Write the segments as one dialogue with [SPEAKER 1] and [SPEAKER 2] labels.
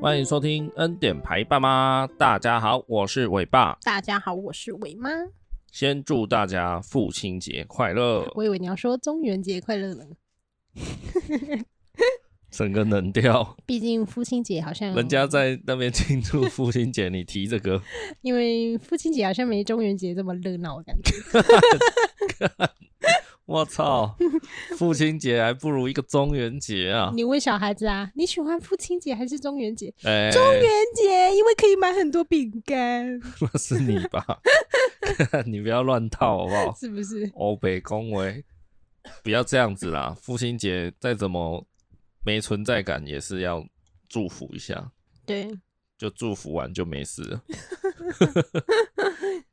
[SPEAKER 1] 欢迎收听《恩典牌爸妈》，大家好，我是伟爸。
[SPEAKER 2] 大家好，我是伟妈。
[SPEAKER 1] 先祝大家父亲节快乐，
[SPEAKER 2] 我以为你要说中元节快乐呢，
[SPEAKER 1] 整个冷掉。
[SPEAKER 2] 毕竟父亲节好像
[SPEAKER 1] 人家在那边庆祝父亲节，你提这 个，
[SPEAKER 2] 因为父亲节好像没中元节这么热闹，我感觉。
[SPEAKER 1] 我操！父亲节还不如一个中元节啊！
[SPEAKER 2] 你问小孩子啊，你喜欢父亲节还是中元节？
[SPEAKER 1] 哎，
[SPEAKER 2] 中元节，因为可以买很多饼干，
[SPEAKER 1] 那是你吧？ 你不要乱套好不好？
[SPEAKER 2] 是不是？
[SPEAKER 1] 欧北恭维，不要这样子啦！父亲节再怎么没存在感，也是要祝福一下。
[SPEAKER 2] 对，
[SPEAKER 1] 就祝福完就没事 了。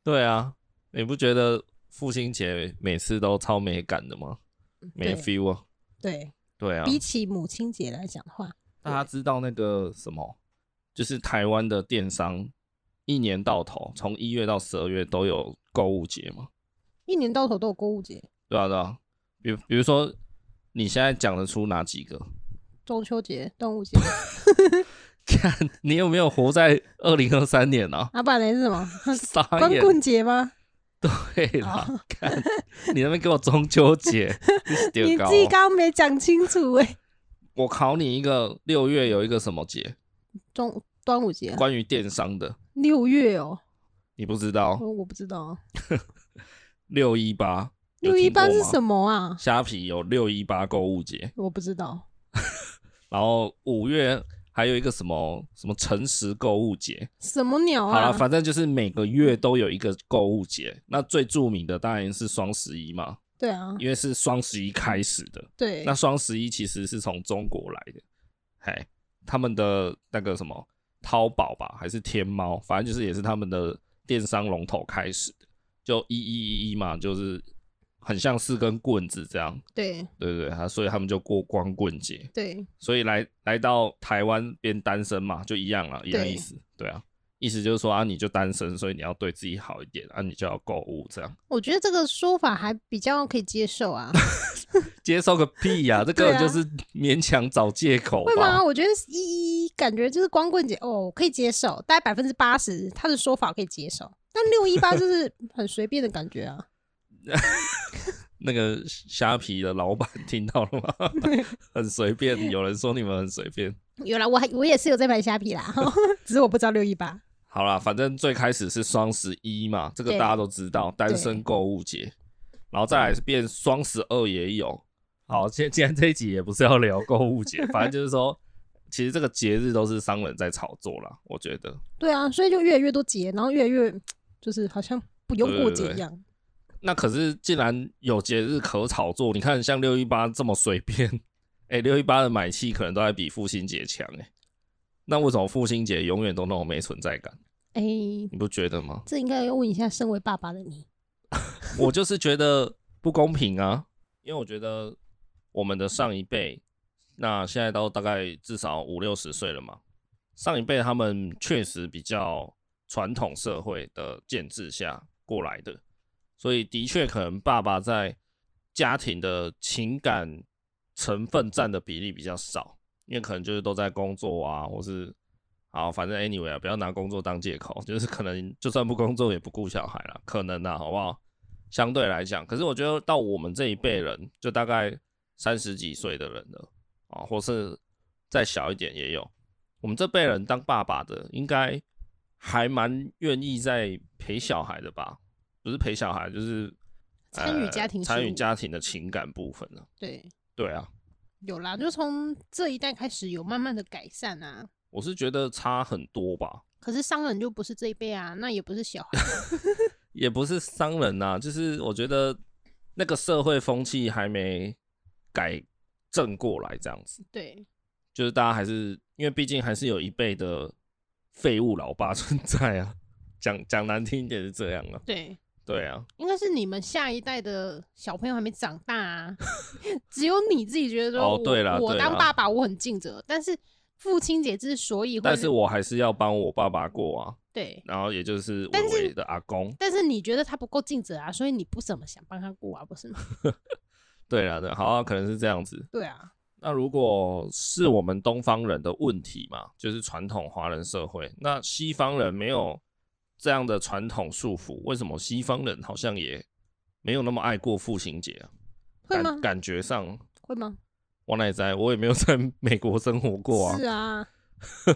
[SPEAKER 1] 对啊，你不觉得父亲节每次都超没感的吗？没
[SPEAKER 2] 对
[SPEAKER 1] feel 啊。
[SPEAKER 2] 对，
[SPEAKER 1] 对啊，
[SPEAKER 2] 比起母亲节来讲的话，
[SPEAKER 1] 大家知道那个什么，就是台湾的电商一年到头，从一月到十二月都有购物节嘛？
[SPEAKER 2] 一年到头都有购物节，
[SPEAKER 1] 对啊，对啊。比如比如说，你现在讲得出哪几个？
[SPEAKER 2] 中秋节、端午节，
[SPEAKER 1] 看你有没有活在二零二三年 啊？
[SPEAKER 2] 啊，不然嘞是 什么？
[SPEAKER 1] 傻
[SPEAKER 2] 光
[SPEAKER 1] 眼，
[SPEAKER 2] 棍节吗？
[SPEAKER 1] 对啦，
[SPEAKER 2] 哦
[SPEAKER 1] 看你那边给我中秋 节，你是丢
[SPEAKER 2] 你
[SPEAKER 1] 高哦
[SPEAKER 2] 自己刚刚没讲清楚哎、
[SPEAKER 1] 我考你一个，六月有一个什么节？
[SPEAKER 2] 中端午节啊、
[SPEAKER 1] 关于电商的，
[SPEAKER 2] 六月哦，
[SPEAKER 1] 你不知道？
[SPEAKER 2] 我我不知道啊。
[SPEAKER 1] 六一八，
[SPEAKER 2] 六一八是什
[SPEAKER 1] 么？
[SPEAKER 2] 么啊？
[SPEAKER 1] 虾皮有六一八购物节，
[SPEAKER 2] 我不知道。
[SPEAKER 1] 然后五月还有一个什么什么诚实购物节。
[SPEAKER 2] 什么鸟
[SPEAKER 1] 好了，
[SPEAKER 2] 啊？
[SPEAKER 1] 反正就是每个月都有一个购物节。那最著名的当然是双十一嘛，
[SPEAKER 2] 对啊，
[SPEAKER 1] 因为是双十一开始的。
[SPEAKER 2] 对
[SPEAKER 1] 那，双十一其实是从中国来的，哎，他们的那个什么淘宝吧，还是天猫，反正就是也是他们的电商龙头开始的，就一一一一嘛，就是很像四根棍子这样，
[SPEAKER 2] 对
[SPEAKER 1] 对不对？他所以他们就过光棍节，
[SPEAKER 2] 对
[SPEAKER 1] 所以来来到台湾变单身嘛，就一样了，一样意思，对啊。意思就是说啊，你就单身，所以你要对自己好一点啊，你就要购物，这样
[SPEAKER 2] 我觉得这个说法还比较可以接受啊，
[SPEAKER 1] 接受个屁 呀、这根本
[SPEAKER 2] 对
[SPEAKER 1] 就
[SPEAKER 2] 啊
[SPEAKER 1] 是勉强找借口
[SPEAKER 2] 会
[SPEAKER 1] 吧
[SPEAKER 2] 吗？？我觉得一一感觉就是光棍节哦，可以接受，大概百分之八十他的说法可以接受，但六一八就是很随便的感觉啊。
[SPEAKER 1] 那个虾皮的老板 听到了吗？很随便，有人说你们很随便。
[SPEAKER 2] 有啦，我还我也是有在买虾皮啦， 只是我不知道六一八。
[SPEAKER 1] 好啦，反正最开始是双十一嘛，这个
[SPEAKER 2] 对
[SPEAKER 1] 大家都知道，单身购物节，然后再来是变双十二也有。好，今今天这一集也不是要聊购物节，反正就是说，其实这个节日都是商人在炒作啦，我觉得。
[SPEAKER 2] 对啊，所以就越来越多节，然后越来越就是好像不用过节一样。
[SPEAKER 1] 那可是既然有节日可炒作，你看像六一八这么随便，哎、六一八的买气可能都还比父亲节强哎，那为什么父亲节永远都那么没存在感？
[SPEAKER 2] 哎、？
[SPEAKER 1] 你不觉得吗
[SPEAKER 2] 这应该要问一下身为爸爸的你。
[SPEAKER 1] 我就是觉得不公平啊，因为我觉得我们的上一辈，那现在都大概至少五六十岁了嘛，上一辈他们确实比较传统社会的建制下过来的，所以的确可能爸爸在家庭的情感成分占的比例比较少，因为可能就是都在工作啊，或是。好，反正 anyway 啊，不要拿工作当借口， 就是可能就算不工作也不顾小孩了，可能啊，好不好？相对来讲，可是我觉得到我们这一辈人，就大概三十几岁的人了啊，或是再小一点也有。我们这辈人当爸爸的，应该还蛮愿意在陪小孩的吧？不是陪小孩，就是呃
[SPEAKER 2] 参与家庭事务
[SPEAKER 1] 参与家庭的情感部分呢、
[SPEAKER 2] 对，
[SPEAKER 1] 对啊，
[SPEAKER 2] 有啦，就从这一代开始有慢慢的改善啊。
[SPEAKER 1] 我是觉得差很多吧。
[SPEAKER 2] 可是商人就不是这一辈啊，那也不是小孩。
[SPEAKER 1] 也不是商人呐、就是我觉得那个社会风气还没改正过来，这样子，
[SPEAKER 2] 对，
[SPEAKER 1] 就是大家还是因为毕竟还是有一辈的废物老爸存在啊，讲讲难听一点是这样啊，
[SPEAKER 2] 对，
[SPEAKER 1] 对啊，
[SPEAKER 2] 应该是你们下一代的小朋友还没长大啊， 只有你自己觉得说
[SPEAKER 1] 哦
[SPEAKER 2] 我，
[SPEAKER 1] 对啦
[SPEAKER 2] 我
[SPEAKER 1] 对
[SPEAKER 2] 当
[SPEAKER 1] 啦
[SPEAKER 2] 爸爸我很尽责，但是父亲节之所以会，
[SPEAKER 1] 但是我还是要帮我爸爸过啊，
[SPEAKER 2] 对，
[SPEAKER 1] 然后也就是
[SPEAKER 2] 但
[SPEAKER 1] 伟
[SPEAKER 2] 是
[SPEAKER 1] 伟的阿公，
[SPEAKER 2] 但是你觉得他不够尽责啊，所以你不怎么想帮他顾啊，不是吗？
[SPEAKER 1] 对啊，对，好啊，可能是这样子，
[SPEAKER 2] 对啊，
[SPEAKER 1] 那如果是我们东方人的问题嘛，就是传统华人社会，那西方人没有这样的传统束缚，为什么西方人好像也没有那么爱过父亲节啊？
[SPEAKER 2] 会
[SPEAKER 1] 感
[SPEAKER 2] 吗？
[SPEAKER 1] 感觉上，
[SPEAKER 2] 会吗？
[SPEAKER 1] 我哪在？我也没有在美国生活过啊，
[SPEAKER 2] 是啊，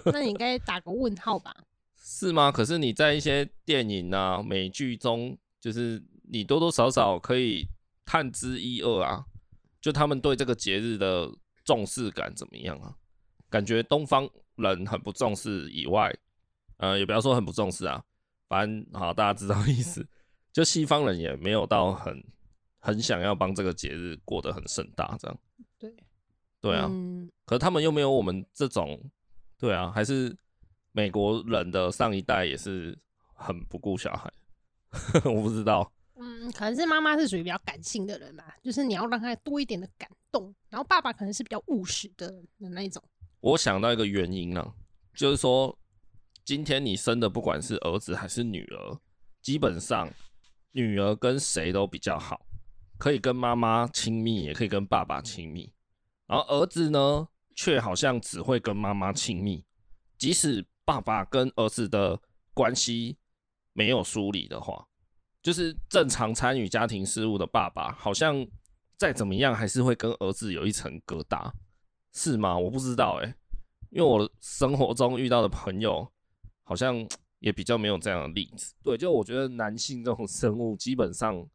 [SPEAKER 2] 那你应该打个问号吧？
[SPEAKER 1] 是吗？可是你在一些电影啊、美剧中，就是你多多少少可以探知一二啊，就他们对这个节日的重视感怎么样啊？感觉东方人很不重视以外，呃，也不要说很不重视啊，反正好大家知道意思，就西方人也没有到很很想要帮这个节日过得很盛大这样。
[SPEAKER 2] 对，
[SPEAKER 1] 对啊，
[SPEAKER 2] 嗯，
[SPEAKER 1] 可他们又没有我们这种，对啊，还是美国人的上一代也是很不顾小孩， 我不知道，
[SPEAKER 2] 嗯，可能是妈妈是属于比较感性的人吧，就是你要让她多一点的感动，然后爸爸可能是比较务实的的那一种。
[SPEAKER 1] 我想到一个原因呢、就是说今天你生的不管是儿子还是女儿，基本上女儿跟谁都比较好，可以跟妈妈亲密，也可以跟爸爸亲密，然后儿子呢却好像只会跟妈妈亲密，即使爸爸跟儿子的关系没有梳理的话，就是正常参与家庭事务的爸爸，好像再怎么样还是会跟儿子有一层疙瘩，是吗？我不知道诶、因为我生活中遇到的朋友好像也比较没有这样的例子。对，就我觉得男性这种生物基本上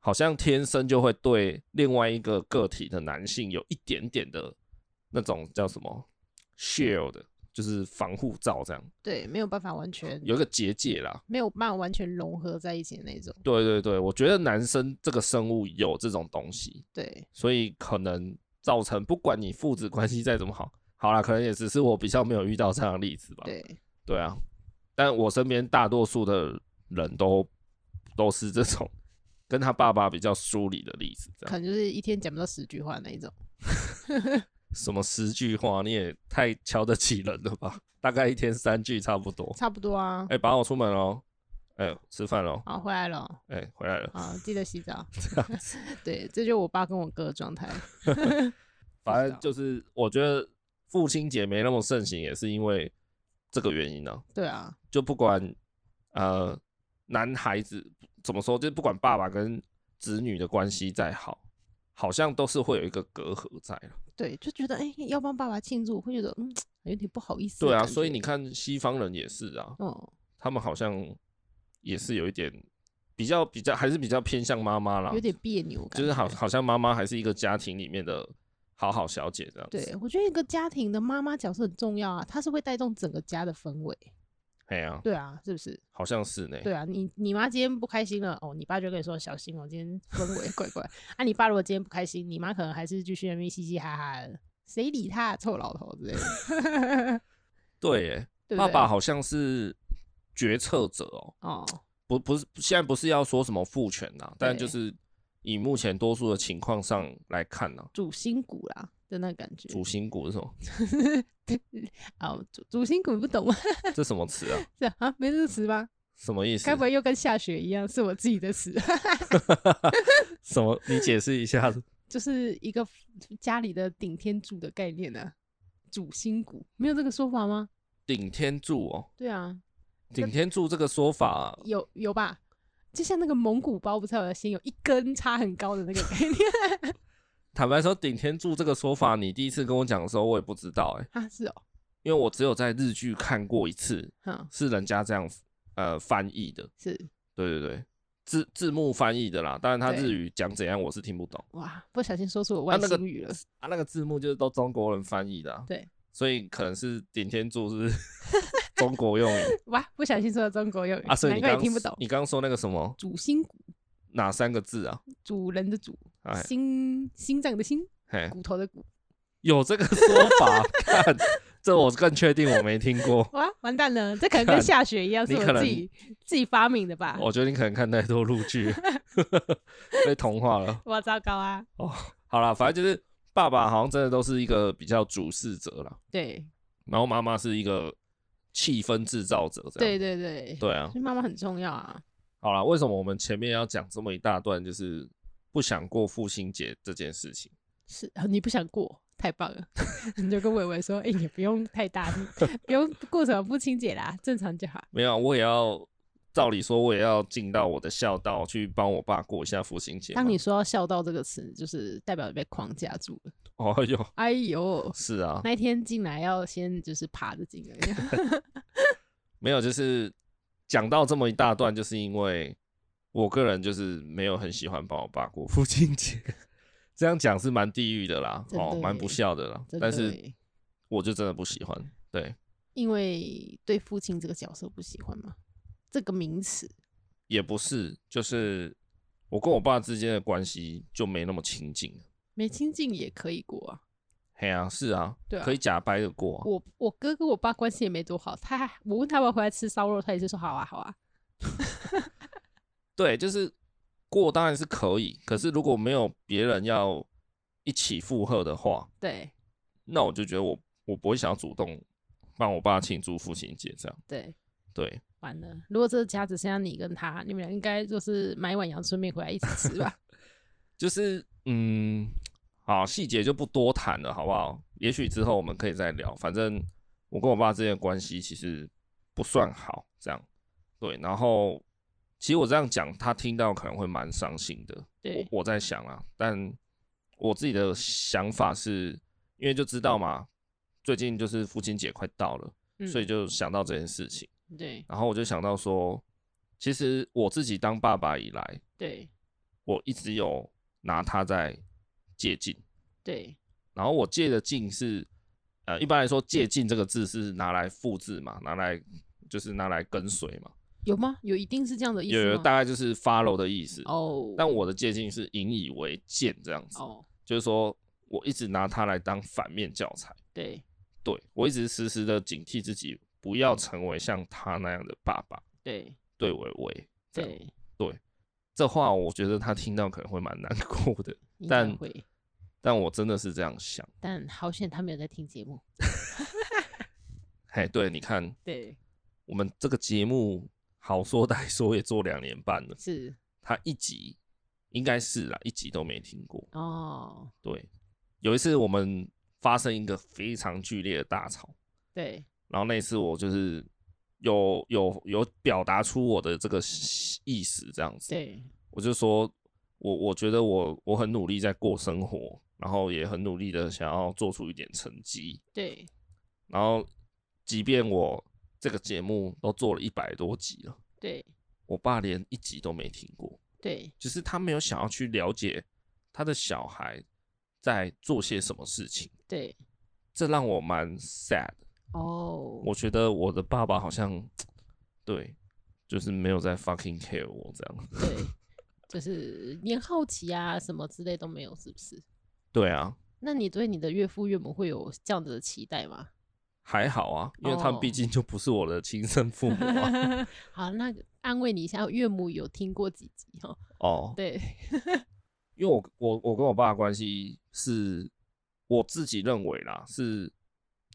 [SPEAKER 1] 好像天生就会对另外一个个体的男性有一点点的那种叫什么 shield，就是防护罩这样。
[SPEAKER 2] 对，没有办法完全
[SPEAKER 1] 有一个结界啦。
[SPEAKER 2] 没有办法完全融合在一起的那种。
[SPEAKER 1] 对对对，我觉得男生这个生物有这种东西，
[SPEAKER 2] 对，
[SPEAKER 1] 所以可能造成不管你父子关系再怎么好，好啦，可能也只是我比较没有遇到这样的例子吧。
[SPEAKER 2] 对，
[SPEAKER 1] 对啊，但我身边大多数的人都都是这种跟他爸爸比较疏离的例子，这
[SPEAKER 2] 可
[SPEAKER 1] 样
[SPEAKER 2] 能就是一天讲不到十句话那一种。
[SPEAKER 1] 什么十句话你也太瞧得起人了吧？大概一天三句差不 多。
[SPEAKER 2] 差不多啊。
[SPEAKER 1] 哎、爸，我出门喽。哎、吃饭喽。
[SPEAKER 2] 好，回来了。
[SPEAKER 1] 哎、回来了。
[SPEAKER 2] 好，记得洗澡。
[SPEAKER 1] 这样子，
[SPEAKER 2] 对，这就是我爸跟我哥的状态。
[SPEAKER 1] 反正就是我觉得父亲节没那么盛行，也是因为这个原因呢、
[SPEAKER 2] 对啊，
[SPEAKER 1] 就不管呃男孩子怎么说，就是不管爸爸跟子女的关系再好，好像都是会有一个隔阂在啊了。
[SPEAKER 2] 对，就觉得哎、要帮爸爸庆祝，会觉得嗯，有点不好意思的
[SPEAKER 1] 对
[SPEAKER 2] 感
[SPEAKER 1] 啊，
[SPEAKER 2] 觉。
[SPEAKER 1] 所以你看西方人也是啊，
[SPEAKER 2] 哦，
[SPEAKER 1] 他们好像也是有一点比较比较，还是比较偏向妈妈啦
[SPEAKER 2] 有，点别扭感觉，
[SPEAKER 1] 就是好好像妈妈还是一个家庭里面的好好小姐这样子。
[SPEAKER 2] 对，我觉得一个家庭的妈妈角色很重要啊，她是会带动整个家的氛围。
[SPEAKER 1] 哎呀、
[SPEAKER 2] 对啊，是不是？
[SPEAKER 1] 好像是呢。
[SPEAKER 2] 对啊，你你妈今天不开心了，哦，你爸就跟你说小心哦，今天氛围怪怪。 啊，你爸如果今天不开心，你妈可能还是继续在那边嘻嘻哈哈的，谁理他、臭老头之类的，
[SPEAKER 1] 对耶，
[SPEAKER 2] 对不
[SPEAKER 1] 爸
[SPEAKER 2] 对？
[SPEAKER 1] 爸好像是决策者哦，
[SPEAKER 2] 哦，
[SPEAKER 1] 不不是现在不是要说什么父权呐、但
[SPEAKER 2] 对
[SPEAKER 1] 就是以目前多数的情况上来看呢、
[SPEAKER 2] 主心骨啦的那感觉。
[SPEAKER 1] 主心骨是 什么？
[SPEAKER 2] 啊，主主心骨你不懂吗？
[SPEAKER 1] 这什么词啊？
[SPEAKER 2] 是啊，没这个词吗？
[SPEAKER 1] 什么意思
[SPEAKER 2] 该？不会又跟下雪一样是我自己的词？
[SPEAKER 1] 什么？你解释一下。
[SPEAKER 2] 就是一个家里的顶天柱的概念呢、啊。主心骨没有这个说法吗？
[SPEAKER 1] 顶天柱哦，
[SPEAKER 2] 对啊，
[SPEAKER 1] 顶天柱这个说法，
[SPEAKER 2] 有有吧？就像那个蒙古包，不是有先有一根插很高的那个概念
[SPEAKER 1] 坦白说，顶天柱这个说法，你第一次跟我讲的时候，我也不知道哎、
[SPEAKER 2] 啊？是 哦，
[SPEAKER 1] 因为我只有在日剧看过一次，
[SPEAKER 2] 哈，
[SPEAKER 1] 是人家这样呃翻译的，
[SPEAKER 2] 是
[SPEAKER 1] 对对对，字字幕翻译的啦，当然他
[SPEAKER 2] 对
[SPEAKER 1] 日语讲怎样我是听不懂。
[SPEAKER 2] 哇，不小心说出我
[SPEAKER 1] 啊
[SPEAKER 2] 外
[SPEAKER 1] 那个
[SPEAKER 2] 星语了。
[SPEAKER 1] 啊，那个字幕就是都中国人翻译的、啊，
[SPEAKER 2] 对，
[SPEAKER 1] 所以可能是顶天柱是 中国用 语
[SPEAKER 2] 哇，不小心说了中国用语，
[SPEAKER 1] 啊，所以
[SPEAKER 2] 难
[SPEAKER 1] 你
[SPEAKER 2] 怪
[SPEAKER 1] 刚
[SPEAKER 2] 你听不懂。
[SPEAKER 1] 你刚刚说那个什么
[SPEAKER 2] 主心骨，
[SPEAKER 1] 哪三个字啊？
[SPEAKER 2] 主人的主，
[SPEAKER 1] 哎
[SPEAKER 2] 心心脏的心，
[SPEAKER 1] 嘿，
[SPEAKER 2] 骨头的骨。
[SPEAKER 1] 有 这个说法，看这我更确定我没听 过，
[SPEAKER 2] 哇，完蛋了！ 这可能跟下雪一样，是
[SPEAKER 1] 你可
[SPEAKER 2] 我
[SPEAKER 1] 能哦
[SPEAKER 2] 自己自己发明的吧？
[SPEAKER 1] 我觉得你可能看太多陆 剧，被同化了。
[SPEAKER 2] 哇，糟糕啊！
[SPEAKER 1] 好啦，反正就是爸爸好像真的都是一个比较主事者啦，
[SPEAKER 2] 对
[SPEAKER 1] 然后妈妈是一个气氛制造者，这样
[SPEAKER 2] 对对对，
[SPEAKER 1] 对啊
[SPEAKER 2] 所，以妈妈很重要啊。
[SPEAKER 1] 好啦，为什么我们前面要讲这么一大段，就是不想过父亲节这件事情？
[SPEAKER 2] 是你不想过，太棒了！ 你就跟伟伟说，哎、你不用太大力，不用过什么不清洁啦，正常就好。
[SPEAKER 1] 没有，啊我也要照理说，我也要尽到我的孝道，去帮我爸过一下父亲节嘛。
[SPEAKER 2] 当你说到“孝道”这个词，就是代表你被框架住了。
[SPEAKER 1] 哦哟，
[SPEAKER 2] 哎呦，
[SPEAKER 1] 是啊，
[SPEAKER 2] 那一天进来要先就是爬着进来，
[SPEAKER 1] 没有，就是讲到这么一大段，就是因为我个人就是没有很喜欢帮我爸过父亲节，这样讲是蛮地狱的啦，
[SPEAKER 2] 真的
[SPEAKER 1] 哦，蛮不
[SPEAKER 2] 耶
[SPEAKER 1] 孝的啦，
[SPEAKER 2] 真的
[SPEAKER 1] 但是
[SPEAKER 2] 耶
[SPEAKER 1] 我就真的不喜欢，对，
[SPEAKER 2] 因为对父亲这个角色不喜欢嘛，这个名词
[SPEAKER 1] 也不是，就是我跟我爸之间的关系就没那么亲近了。
[SPEAKER 2] 没亲近也可以过啊。
[SPEAKER 1] 嘿啊，是啊，
[SPEAKER 2] 对啊
[SPEAKER 1] 可以假掰的过啊、
[SPEAKER 2] 我我哥跟我爸关系也没多好，他还我问他要不要回来吃烧肉，他也是说好啊好啊。
[SPEAKER 1] 对，就是过当然是可以，可是如果没有别人要一起附和的话，
[SPEAKER 2] 对
[SPEAKER 1] 那我就觉得我我不会想要主动帮我爸庆祝父亲节这样。
[SPEAKER 2] 对，
[SPEAKER 1] 对，
[SPEAKER 2] 完了，如果这个家只剩下你跟他，你们俩应该就是买一碗阳春面回来一起吃 吧。
[SPEAKER 1] 就是嗯，好，细节就不多谈了，好不好？也许之后我们可以再聊。反正我跟我爸之间的关系其实不算好，这样。对，然后其实我这样讲，他听到可能会蛮伤心的。
[SPEAKER 2] 对
[SPEAKER 1] 我我在想啊，但我自己的想法是，因为就知道嘛，最近就是父亲节快到了，
[SPEAKER 2] 嗯
[SPEAKER 1] 所以就想到这件事情，
[SPEAKER 2] 对
[SPEAKER 1] 然后我就想到说，其实我自己当爸爸以来，
[SPEAKER 2] 对
[SPEAKER 1] 我一直有拿他在借镜，
[SPEAKER 2] 对
[SPEAKER 1] 然后我借的镜是，呃，一般来说借镜这个字是拿来复制嘛，拿来就是拿来跟随嘛，
[SPEAKER 2] 有吗？有一定是这样的意
[SPEAKER 1] 有
[SPEAKER 2] 思
[SPEAKER 1] 有
[SPEAKER 2] 吗？
[SPEAKER 1] 大概就是 follow 的意思。
[SPEAKER 2] 哦，
[SPEAKER 1] 但我的借镜是引以为鉴这样子，
[SPEAKER 2] 哦，
[SPEAKER 1] 就是说我一直拿它来当反面教材，
[SPEAKER 2] 对
[SPEAKER 1] 对我一直时时的警惕自己，不要成为像他那样的爸爸，
[SPEAKER 2] 对
[SPEAKER 1] 对伟伟。这样
[SPEAKER 2] 对，
[SPEAKER 1] 这话我觉得他听到可能会蛮难过的，
[SPEAKER 2] 应该
[SPEAKER 1] 但
[SPEAKER 2] 会，
[SPEAKER 1] 但我真的是这样想。
[SPEAKER 2] 但好险他没有在听节目。
[SPEAKER 1] 嘿，对，你看
[SPEAKER 2] 对，
[SPEAKER 1] 我们这个节目好说歹说也做两年半了，
[SPEAKER 2] 是
[SPEAKER 1] 他一集应该是啦，一集都没听过。
[SPEAKER 2] 哦，
[SPEAKER 1] 对，有一次我们发生一个非常剧烈的大吵，
[SPEAKER 2] 对
[SPEAKER 1] 然后那一次我就是有有有表达出我的这个意识，这样子，
[SPEAKER 2] 对
[SPEAKER 1] 我就说我我觉得我我很努力在过生活，然后也很努力的想要做出一点成绩，
[SPEAKER 2] 对
[SPEAKER 1] 然后即便我这个节目都做了一百多集了，
[SPEAKER 2] 对
[SPEAKER 1] 我爸连一集都没听过，
[SPEAKER 2] 对
[SPEAKER 1] 就是他没有想要去了解他的小孩在做些什么事情，
[SPEAKER 2] 对，
[SPEAKER 1] 这让我蛮 sad 的。
[SPEAKER 2] 哦，
[SPEAKER 1] 我觉得我的爸爸好像对，就是没有在 fucking care 我这样。
[SPEAKER 2] 对，就是连好奇啊什么之类都没有，是不是？
[SPEAKER 1] 对啊，
[SPEAKER 2] 那你对你的岳父岳母会有这样子的期待吗？
[SPEAKER 1] 还好啊，因为他们
[SPEAKER 2] 哦
[SPEAKER 1] 毕竟就不是我的亲生父母 啊。
[SPEAKER 2] 好，那安慰你一下，岳母有听过几集哦？
[SPEAKER 1] 哦，
[SPEAKER 2] 对
[SPEAKER 1] 因为我我我跟我爸的关系是，我自己认为啦，是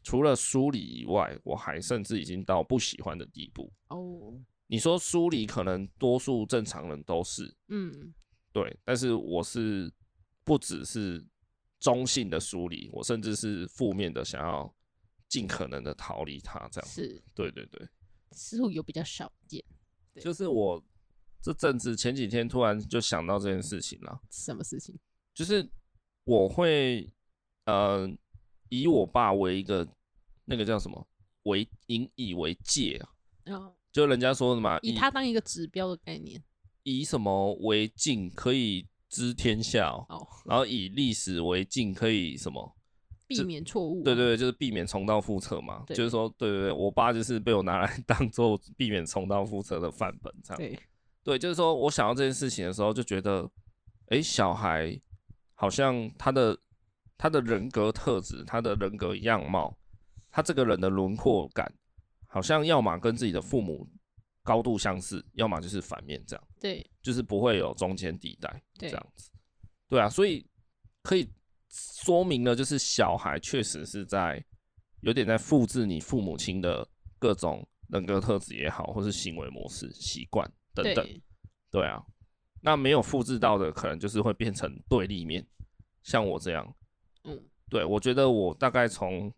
[SPEAKER 1] 除了疏离以外，我还甚至已经到不喜欢的地步。
[SPEAKER 2] 哦，
[SPEAKER 1] 你说疏离，可能多数正常人都是
[SPEAKER 2] 嗯，
[SPEAKER 1] 对，但是我是不只是中性的疏离，我甚至是负面的，想要尽可能的逃离它。这样，
[SPEAKER 2] 是
[SPEAKER 1] 对啊对对，
[SPEAKER 2] 似乎有比较少见，对
[SPEAKER 1] 就是我这阵子前几天突然就想到这件事情了，
[SPEAKER 2] 什么事情？
[SPEAKER 1] 就是我会呃以我爸为一个那个叫什么为引以为戒啊，
[SPEAKER 2] 然后
[SPEAKER 1] 就人家说的嘛，
[SPEAKER 2] 以他当一个指标的概念
[SPEAKER 1] 以什么为镜可以知天下哦、
[SPEAKER 2] 哦，
[SPEAKER 1] 然后以历史为镜可以什么？
[SPEAKER 2] 避免错误啊。
[SPEAKER 1] 对对对，就是避免重蹈覆辙嘛。
[SPEAKER 2] 对
[SPEAKER 1] 就是说，对对对，我爸就是被我拿来 当做避免重蹈覆辙的范本，这样。
[SPEAKER 2] 对
[SPEAKER 1] 对就是说我想到这件事情的时候，就觉得，哎，小孩好像他的他的人格特质、他的人格样貌、他这个人的轮廓感，好像要么跟自己的父母高度相似，要么就是反面这样。
[SPEAKER 2] 对
[SPEAKER 1] 就是不会有中间地带这
[SPEAKER 2] 对
[SPEAKER 1] 样子。对啊，所以可以说明了，就是小孩确实是在有点在复制你父母亲的各种人格特质也好，或是行为模式、习惯等
[SPEAKER 2] 对
[SPEAKER 1] 等。对啊，那没有复制到的，可能就是会变成对立面，像我这样。
[SPEAKER 2] 嗯，
[SPEAKER 1] 对我觉得我大概从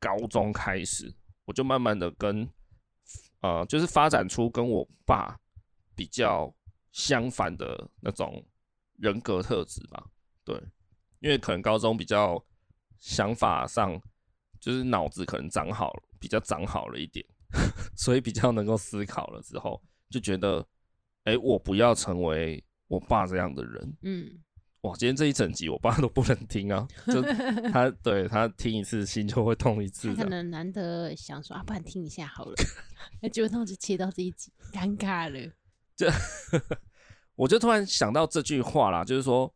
[SPEAKER 1] 高中开始，我就慢慢的跟呃，就是发展出跟我爸比较相反的那种人格特质吧。对，因为可能高中比较想法上，就是脑子可能长好了，比较长好了一点， 所以比较能够思考了之后，就觉得，哎，我不要成为我爸这样的人。
[SPEAKER 2] 嗯，
[SPEAKER 1] 哇，今天这一整集我爸都不能听啊，就 他对他听一次心就会痛一次
[SPEAKER 2] 他
[SPEAKER 1] 的。
[SPEAKER 2] 可能难得想说啊，不然听一下好了， 那结果他就切到这一集，尴尬了。
[SPEAKER 1] 我就突然想到这句话啦，就是说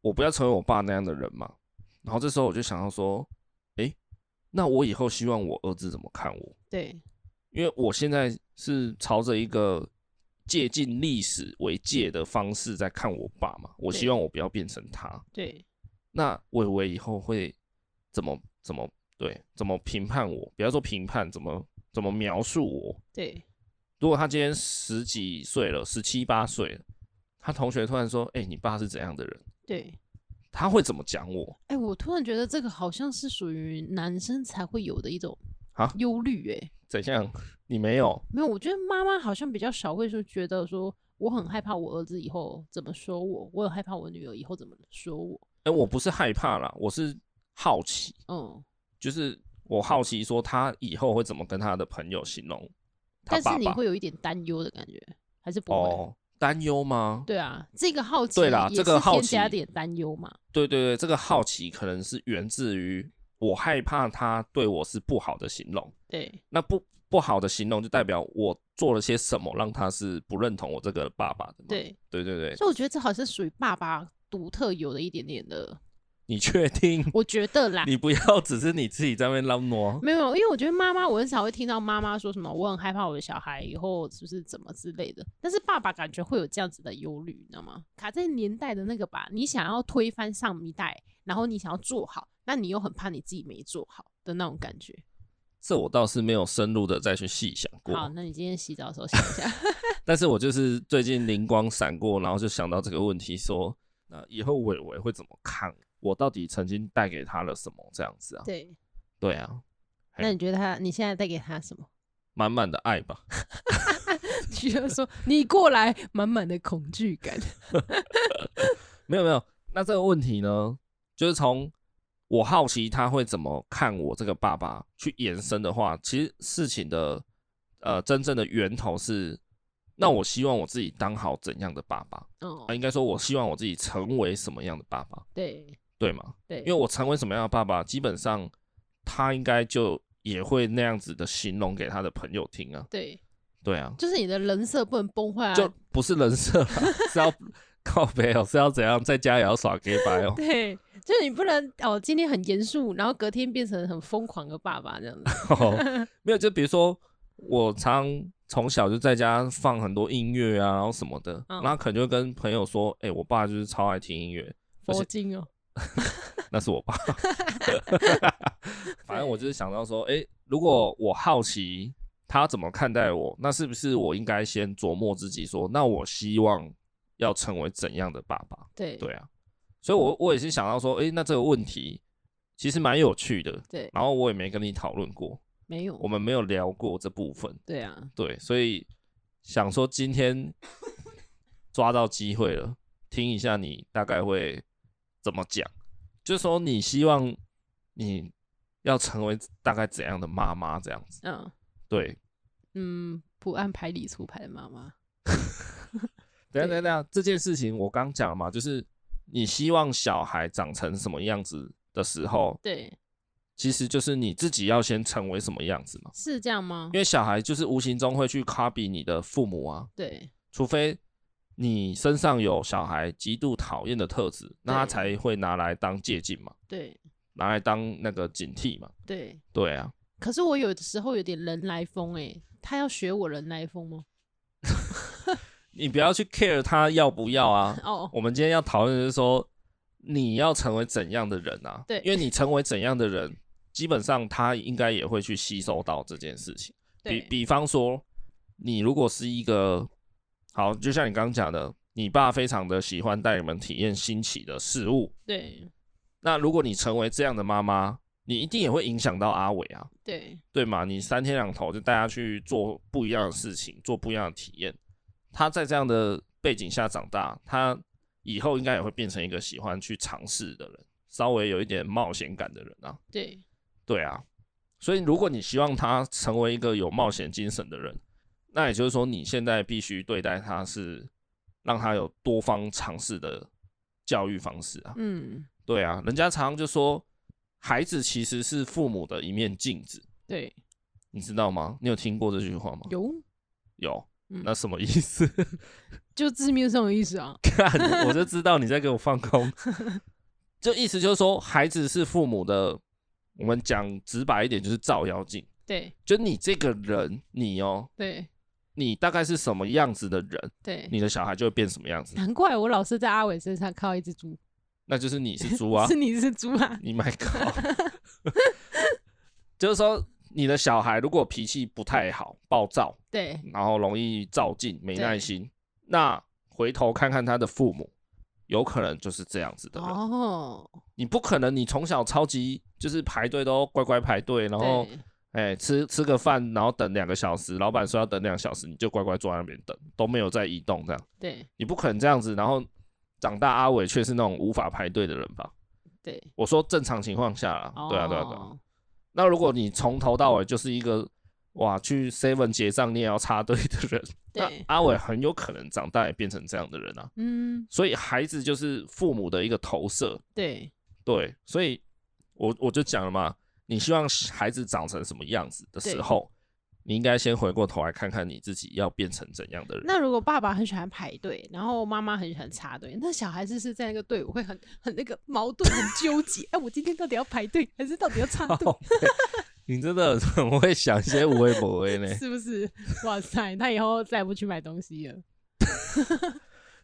[SPEAKER 1] 我不要成为我爸那样的人嘛。然后这时候我就想到说，诶，那我以后希望我儿子怎么看我？
[SPEAKER 2] 对，
[SPEAKER 1] 因为我现在是朝着一个借鉴历史为界的方式在看我爸嘛，我
[SPEAKER 2] 对
[SPEAKER 1] 希望我不要变成他。
[SPEAKER 2] 对，
[SPEAKER 1] 那伟伟以后会怎么怎么对怎么评判我？不要说评判，怎么怎么描述我？
[SPEAKER 2] 对，
[SPEAKER 1] 如果他今天十几岁了，十七八岁了，他同学突然说：“哎、你爸是怎样的人
[SPEAKER 2] 对。？”
[SPEAKER 1] 他会怎么讲我？
[SPEAKER 2] 哎、我突然觉得这个好像是属于男生才会有的一种
[SPEAKER 1] 啊
[SPEAKER 2] 忧虑，哎，
[SPEAKER 1] 怎样？你没有？
[SPEAKER 2] 没有，我觉得妈妈好像比较少会说觉得说我很害怕我儿子以后怎么说我，我很害怕我女儿以后怎么说我，
[SPEAKER 1] 哎、我不是害怕啦，我是好奇，
[SPEAKER 2] 嗯，
[SPEAKER 1] 就是我好奇说他以后会怎么跟他的朋友形容他
[SPEAKER 2] 但
[SPEAKER 1] 爸
[SPEAKER 2] 是你
[SPEAKER 1] 爸
[SPEAKER 2] 会有一点担忧的感觉，还是不会？
[SPEAKER 1] 哦，担忧吗？
[SPEAKER 2] 对啊，这个好奇
[SPEAKER 1] 对啦
[SPEAKER 2] 也
[SPEAKER 1] 这个
[SPEAKER 2] 是
[SPEAKER 1] 好
[SPEAKER 2] 添加
[SPEAKER 1] 奇
[SPEAKER 2] 点担忧嘛，
[SPEAKER 1] 对对对，这个
[SPEAKER 2] 嗯
[SPEAKER 1] 好奇可能是源自于我害怕他对我是不好的形容，
[SPEAKER 2] 对
[SPEAKER 1] 那不不好的形容就代表我做了些什么让他是不认同我这个爸爸的嘛。
[SPEAKER 2] 对，
[SPEAKER 1] 对对对，
[SPEAKER 2] 所以我觉得这好像是属于爸爸独特有的一点点的，
[SPEAKER 1] 你确定？
[SPEAKER 2] 我觉得啦，
[SPEAKER 1] 你不要只是你自己在那边浪挪。
[SPEAKER 2] 没有，因为我觉得妈妈，我很少会听到妈妈说什么，我很害怕我的小孩以后是不是怎么之类的。但是爸爸感觉会有这样子的忧虑，你知道吗？卡在年代的那个吧，你想要推翻上一代，然后你想要做好，那你又很怕你自己没做好的那种感觉。
[SPEAKER 1] 这我倒是没有深入的再去细想
[SPEAKER 2] 好，
[SPEAKER 1] 过，
[SPEAKER 2] 那你今天洗澡的时候想一 下，
[SPEAKER 1] 但是我就是最近灵光闪过，然后就想到这个问题说那以后伟伟会怎么看我？到底曾经带给他了什么？这样子啊？
[SPEAKER 2] 对，
[SPEAKER 1] 对啊，
[SPEAKER 2] 那你觉得他，你现在带给他什么？
[SPEAKER 1] 满满的爱吧。
[SPEAKER 2] 需要说你过来，满满的恐 惧感。
[SPEAKER 1] 没有没有，那这个问题呢，就是从我好奇他会怎么看我这个爸爸去延伸的话，其实事情的呃真正的源头是，那我希望我自己当好怎样的爸爸
[SPEAKER 2] 哦
[SPEAKER 1] 啊？，应该说，我希望我自己成为什么样的爸爸，
[SPEAKER 2] 对
[SPEAKER 1] 对吗？
[SPEAKER 2] 对，
[SPEAKER 1] 因为我成为什么样的爸爸，基本上他应该就也会那样子的形容给他的朋友听啊，
[SPEAKER 2] 对，
[SPEAKER 1] 对啊，
[SPEAKER 2] 就是你的人设不能崩坏啊。
[SPEAKER 1] 就不是人设啦，是要 靠背哦，是要怎样在家也要耍 gay 白哦。
[SPEAKER 2] 对，就是你不能哦，今天很严肃，然后隔天变成很疯狂的爸爸这样 子。
[SPEAKER 1] 哦，没有，就比如说我常从小就在家放很多音乐啊，然后什么的，
[SPEAKER 2] 嗯
[SPEAKER 1] 然后可能就会跟朋友说，哎、我爸就是超爱听音乐，而且
[SPEAKER 2] 佛经哦，
[SPEAKER 1] 那是我 爸。反正我就是想到说，哎、如果我好奇他怎么看待我，那是不是我应该先琢磨自己说，那我希望要成为怎样的爸爸？
[SPEAKER 2] 对
[SPEAKER 1] 对啊，所以我我也是想到说，哎、那这个问题其实蛮有趣的，
[SPEAKER 2] 对
[SPEAKER 1] 然后我也没跟你讨论过。
[SPEAKER 2] 没有
[SPEAKER 1] 我，们没有聊过这部分，
[SPEAKER 2] 对啊，
[SPEAKER 1] 对，所以想说今天抓到机会了，听一下你大概会怎么讲，就说你希望你要成为大概怎样的妈妈这样子，
[SPEAKER 2] 嗯
[SPEAKER 1] 对，
[SPEAKER 2] 嗯，不按牌理出牌的妈妈，
[SPEAKER 1] 等一下等
[SPEAKER 2] 对
[SPEAKER 1] 一下，这件事情我刚讲了嘛，就是你希望小孩长成什么样子的时候，
[SPEAKER 2] 对，
[SPEAKER 1] 其实就是你自己要先成为什么样子嘛，
[SPEAKER 2] 是这样吗
[SPEAKER 1] 因？为小孩就是无形中会去 copy 你的父母啊，
[SPEAKER 2] 对
[SPEAKER 1] 除非你身上有小孩极度讨厌的特质，那他才会拿来当借鉴嘛，
[SPEAKER 2] 对
[SPEAKER 1] 拿来当那个警惕嘛。
[SPEAKER 2] 对，
[SPEAKER 1] 对啊，
[SPEAKER 2] 可是我有的时候有点人来疯哎、他要学我人来疯吗？。
[SPEAKER 1] 你不要去 care 他要不要啊
[SPEAKER 2] 哦，
[SPEAKER 1] 我们今天要讨论的是说，你要成为怎样的人啊？
[SPEAKER 2] 对
[SPEAKER 1] 因为你成为怎样的人，基本上他应该也会去吸收到这件事情。比
[SPEAKER 2] 对
[SPEAKER 1] 比方说，你如果是一个好，就像你刚刚讲的，你爸非常的喜欢带你们体验新奇的事物，
[SPEAKER 2] 对
[SPEAKER 1] 那如果你成为这样的妈妈，你一定也会影响到阿伟啊，
[SPEAKER 2] 对，
[SPEAKER 1] 对吗？你三天两头就带他去做不一样的事情，做不一样的体验。他在这样的背景下长大，他以后应该也会变成一个喜欢去尝试的人，稍微有一点冒险感的人啊。
[SPEAKER 2] 对，
[SPEAKER 1] 对啊，所以如果你希望他成为一个有冒险精神的人，那也就是说，你现在必须对待他是让他有多方尝试的教育方式啊。
[SPEAKER 2] 嗯，
[SPEAKER 1] 对啊，人家常常就说，孩子其实是父母的一面镜子，
[SPEAKER 2] 对，
[SPEAKER 1] 你知道吗？你有听过这句话吗？
[SPEAKER 2] 有，
[SPEAKER 1] 有
[SPEAKER 2] 嗯
[SPEAKER 1] 那什么意思？
[SPEAKER 2] 就字面上的意思啊。
[SPEAKER 1] 看，我就知道你在给我放 空。就意思就是说，孩子是父母的，我们讲直白一点，就是照妖镜。
[SPEAKER 2] 对，
[SPEAKER 1] 就你这个人，你哦，
[SPEAKER 2] 对，
[SPEAKER 1] 你大概是什么样子的人，
[SPEAKER 2] 对。
[SPEAKER 1] 你的小孩就会变什么样子。
[SPEAKER 2] 难怪我老是在阿伟身上看到一只猪，
[SPEAKER 1] 那就是你是猪啊
[SPEAKER 2] 是，你是猪 啊？
[SPEAKER 1] 你买狗。就是说，你的小孩如果脾气不太好、暴躁，
[SPEAKER 2] 对，
[SPEAKER 1] 然后容易躁进、没耐心，那回头看看他的父母，有可能就是这样子的人。
[SPEAKER 2] 哦，
[SPEAKER 1] 你不可能，你从小超级就是排队都乖乖排队，然后
[SPEAKER 2] 对
[SPEAKER 1] 哎、吃吃个饭，然后等两个小时，老板说要等两小时，你就乖乖坐在那边等，都没有在移动这样。
[SPEAKER 2] 对
[SPEAKER 1] 你不可能这样子，然后长大阿伟却是那种无法排队的人吧？
[SPEAKER 2] 对，
[SPEAKER 1] 我说正常情况下啦，对啊对啊对啊。
[SPEAKER 2] 哦，
[SPEAKER 1] 那如果你从头到尾就是一个哇去 Seven 结账你也要插队的人，那
[SPEAKER 2] 对，
[SPEAKER 1] 阿伟很有可能长大也变成这样的人啊。
[SPEAKER 2] 嗯，
[SPEAKER 1] 所以孩子就是父母的一个投射，
[SPEAKER 2] 对，
[SPEAKER 1] 对，所以我我就讲了嘛，你希望孩子长成什么样子的时候，你应该先回过头来看看你自己要变成怎样的人。
[SPEAKER 2] 那如果爸爸很喜欢排队，然后妈妈很喜欢插队，那小孩子是在那个队伍会很很那个矛盾、很纠结。哎，我今天到底要排队还是到底要插队？。
[SPEAKER 1] 哦你真的很会想一些无微不微呢
[SPEAKER 2] 是不是？哇塞，他以后再也不去买东西了，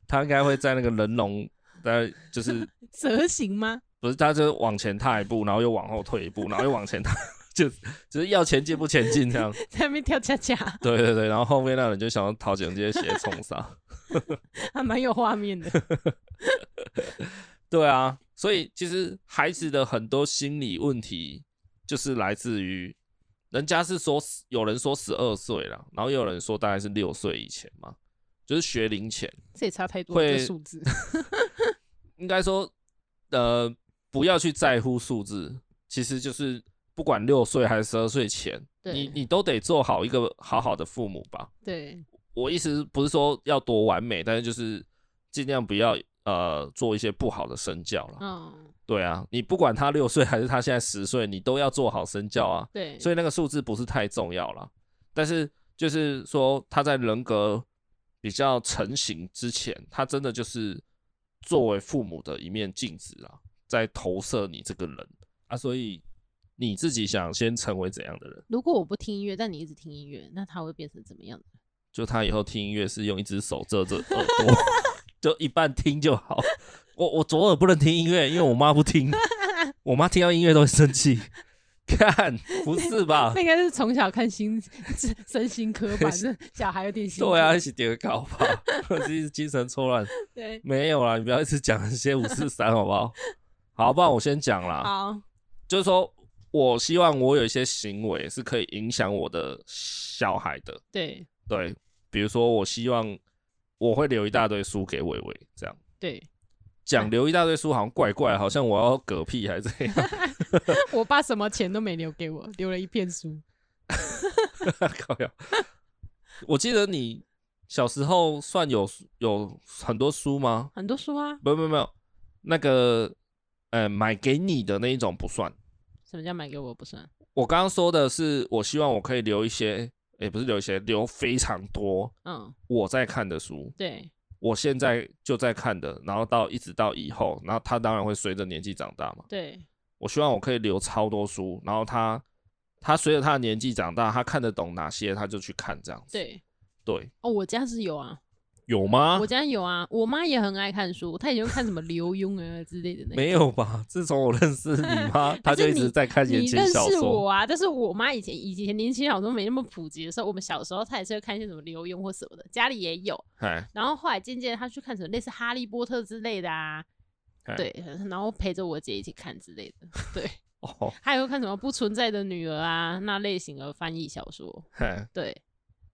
[SPEAKER 1] 他应该会在那个人龙，在就是
[SPEAKER 2] 蛇形吗？
[SPEAKER 1] 不是他就是往前踏一步，然后又往后退一步，然后又往前踏， 就只是要前进不前进这样。
[SPEAKER 2] 在那边跳恰恰，
[SPEAKER 1] 对对对，然后后面那人就想要讨姐这些鞋冲上。
[SPEAKER 2] 还蛮有画 面的。
[SPEAKER 1] 对啊，所以其实孩子的很多心理问题，就是来自于人家是说有人说十二岁啦，然后也有人说大概是六岁以前嘛，就是学龄前，
[SPEAKER 2] 这也差太多了
[SPEAKER 1] 会
[SPEAKER 2] 这数字。
[SPEAKER 1] 应该说呃不要去在乎数字，其实就是不管六岁还是十二岁前，你
[SPEAKER 2] 对
[SPEAKER 1] 你都得做好一个好好的父母吧。
[SPEAKER 2] 对
[SPEAKER 1] 我意思不是说要多完美，但是就是尽量不要呃做一些不好的身教啦。
[SPEAKER 2] 嗯，
[SPEAKER 1] 对啊，你不管他六岁还是他现在十岁，你都要做好身教啊。
[SPEAKER 2] 对，
[SPEAKER 1] 所以那个数字不是太重要啦。但是就是说他在人格比较成型之前，他真的就是作为父母的一面镜子啊，在投射你这个人啊。所以你自己想先成为怎样的人，
[SPEAKER 2] 如果我不听音乐，但你一直听音乐，那他会变成怎么样的？
[SPEAKER 1] 就他以后听音乐是用一只手遮着耳朵， 就一半听就好。我我左耳不能听音乐，因为我妈不听，我妈听到音乐都会生气。看，不是吧
[SPEAKER 2] 那？应该是从小看心身心科 吧，这小孩有点心。
[SPEAKER 1] 对啊，一，起叠高吧，这是精神错乱。
[SPEAKER 2] 对，
[SPEAKER 1] 没有啦，你不要一直讲那些五四三，好不好？好，不然我先讲啦。
[SPEAKER 2] 好，
[SPEAKER 1] 就是说我希望我有一些行为是可以影响我的小孩的，
[SPEAKER 2] 对
[SPEAKER 1] 对，比如说我希望我会留一大堆书给伟伟，这样。
[SPEAKER 2] 对，
[SPEAKER 1] 讲留一大堆书好像怪怪，好像我要嗝屁还是这样。
[SPEAKER 2] 我爸什么钱都没留给我，留了一片书。
[SPEAKER 1] 靠呀！我记得你小时候算有有很多书吗？
[SPEAKER 2] 很多书啊。
[SPEAKER 1] 没有没有没有，那个呃买给你的那一种不算。
[SPEAKER 2] 什么叫买给我不算？
[SPEAKER 1] 我刚刚说的是，我希望我可以留一些，也不是留一些，留非常多
[SPEAKER 2] 嗯，
[SPEAKER 1] 我在看的书，
[SPEAKER 2] 对
[SPEAKER 1] 我现在就在看的，然后到一直到以后，然后他当然会随着年纪长大嘛。
[SPEAKER 2] 对
[SPEAKER 1] 我希望我可以留超多书，然后他他随着他的年纪长大，他看得懂哪些，他就去看这样子。
[SPEAKER 2] 对。
[SPEAKER 1] 对，
[SPEAKER 2] 哦，我家是有啊，
[SPEAKER 1] 有吗
[SPEAKER 2] 我？家有啊，我妈也很爱看书，她以前看什么刘墉啊之类的 那。
[SPEAKER 1] 没有吧？自从我认识你 妈，她就一直在看言
[SPEAKER 2] 你
[SPEAKER 1] 情
[SPEAKER 2] 认
[SPEAKER 1] 小
[SPEAKER 2] 识
[SPEAKER 1] 说。
[SPEAKER 2] 我啊？但是我妈以前以前年轻小说没那么普及的时候，我们小时候她也是会看一些什么刘墉或什么的，家里也有。
[SPEAKER 1] 哎，
[SPEAKER 2] 然后后来渐渐她去看什么类似《哈利波特》之类的啊，
[SPEAKER 1] 哎
[SPEAKER 2] 对，然后陪着我姐一起看之类的，对，
[SPEAKER 1] 哦，
[SPEAKER 2] 还有看什么不存在的女儿啊那类型的翻译小说，
[SPEAKER 1] 嘿，
[SPEAKER 2] 对，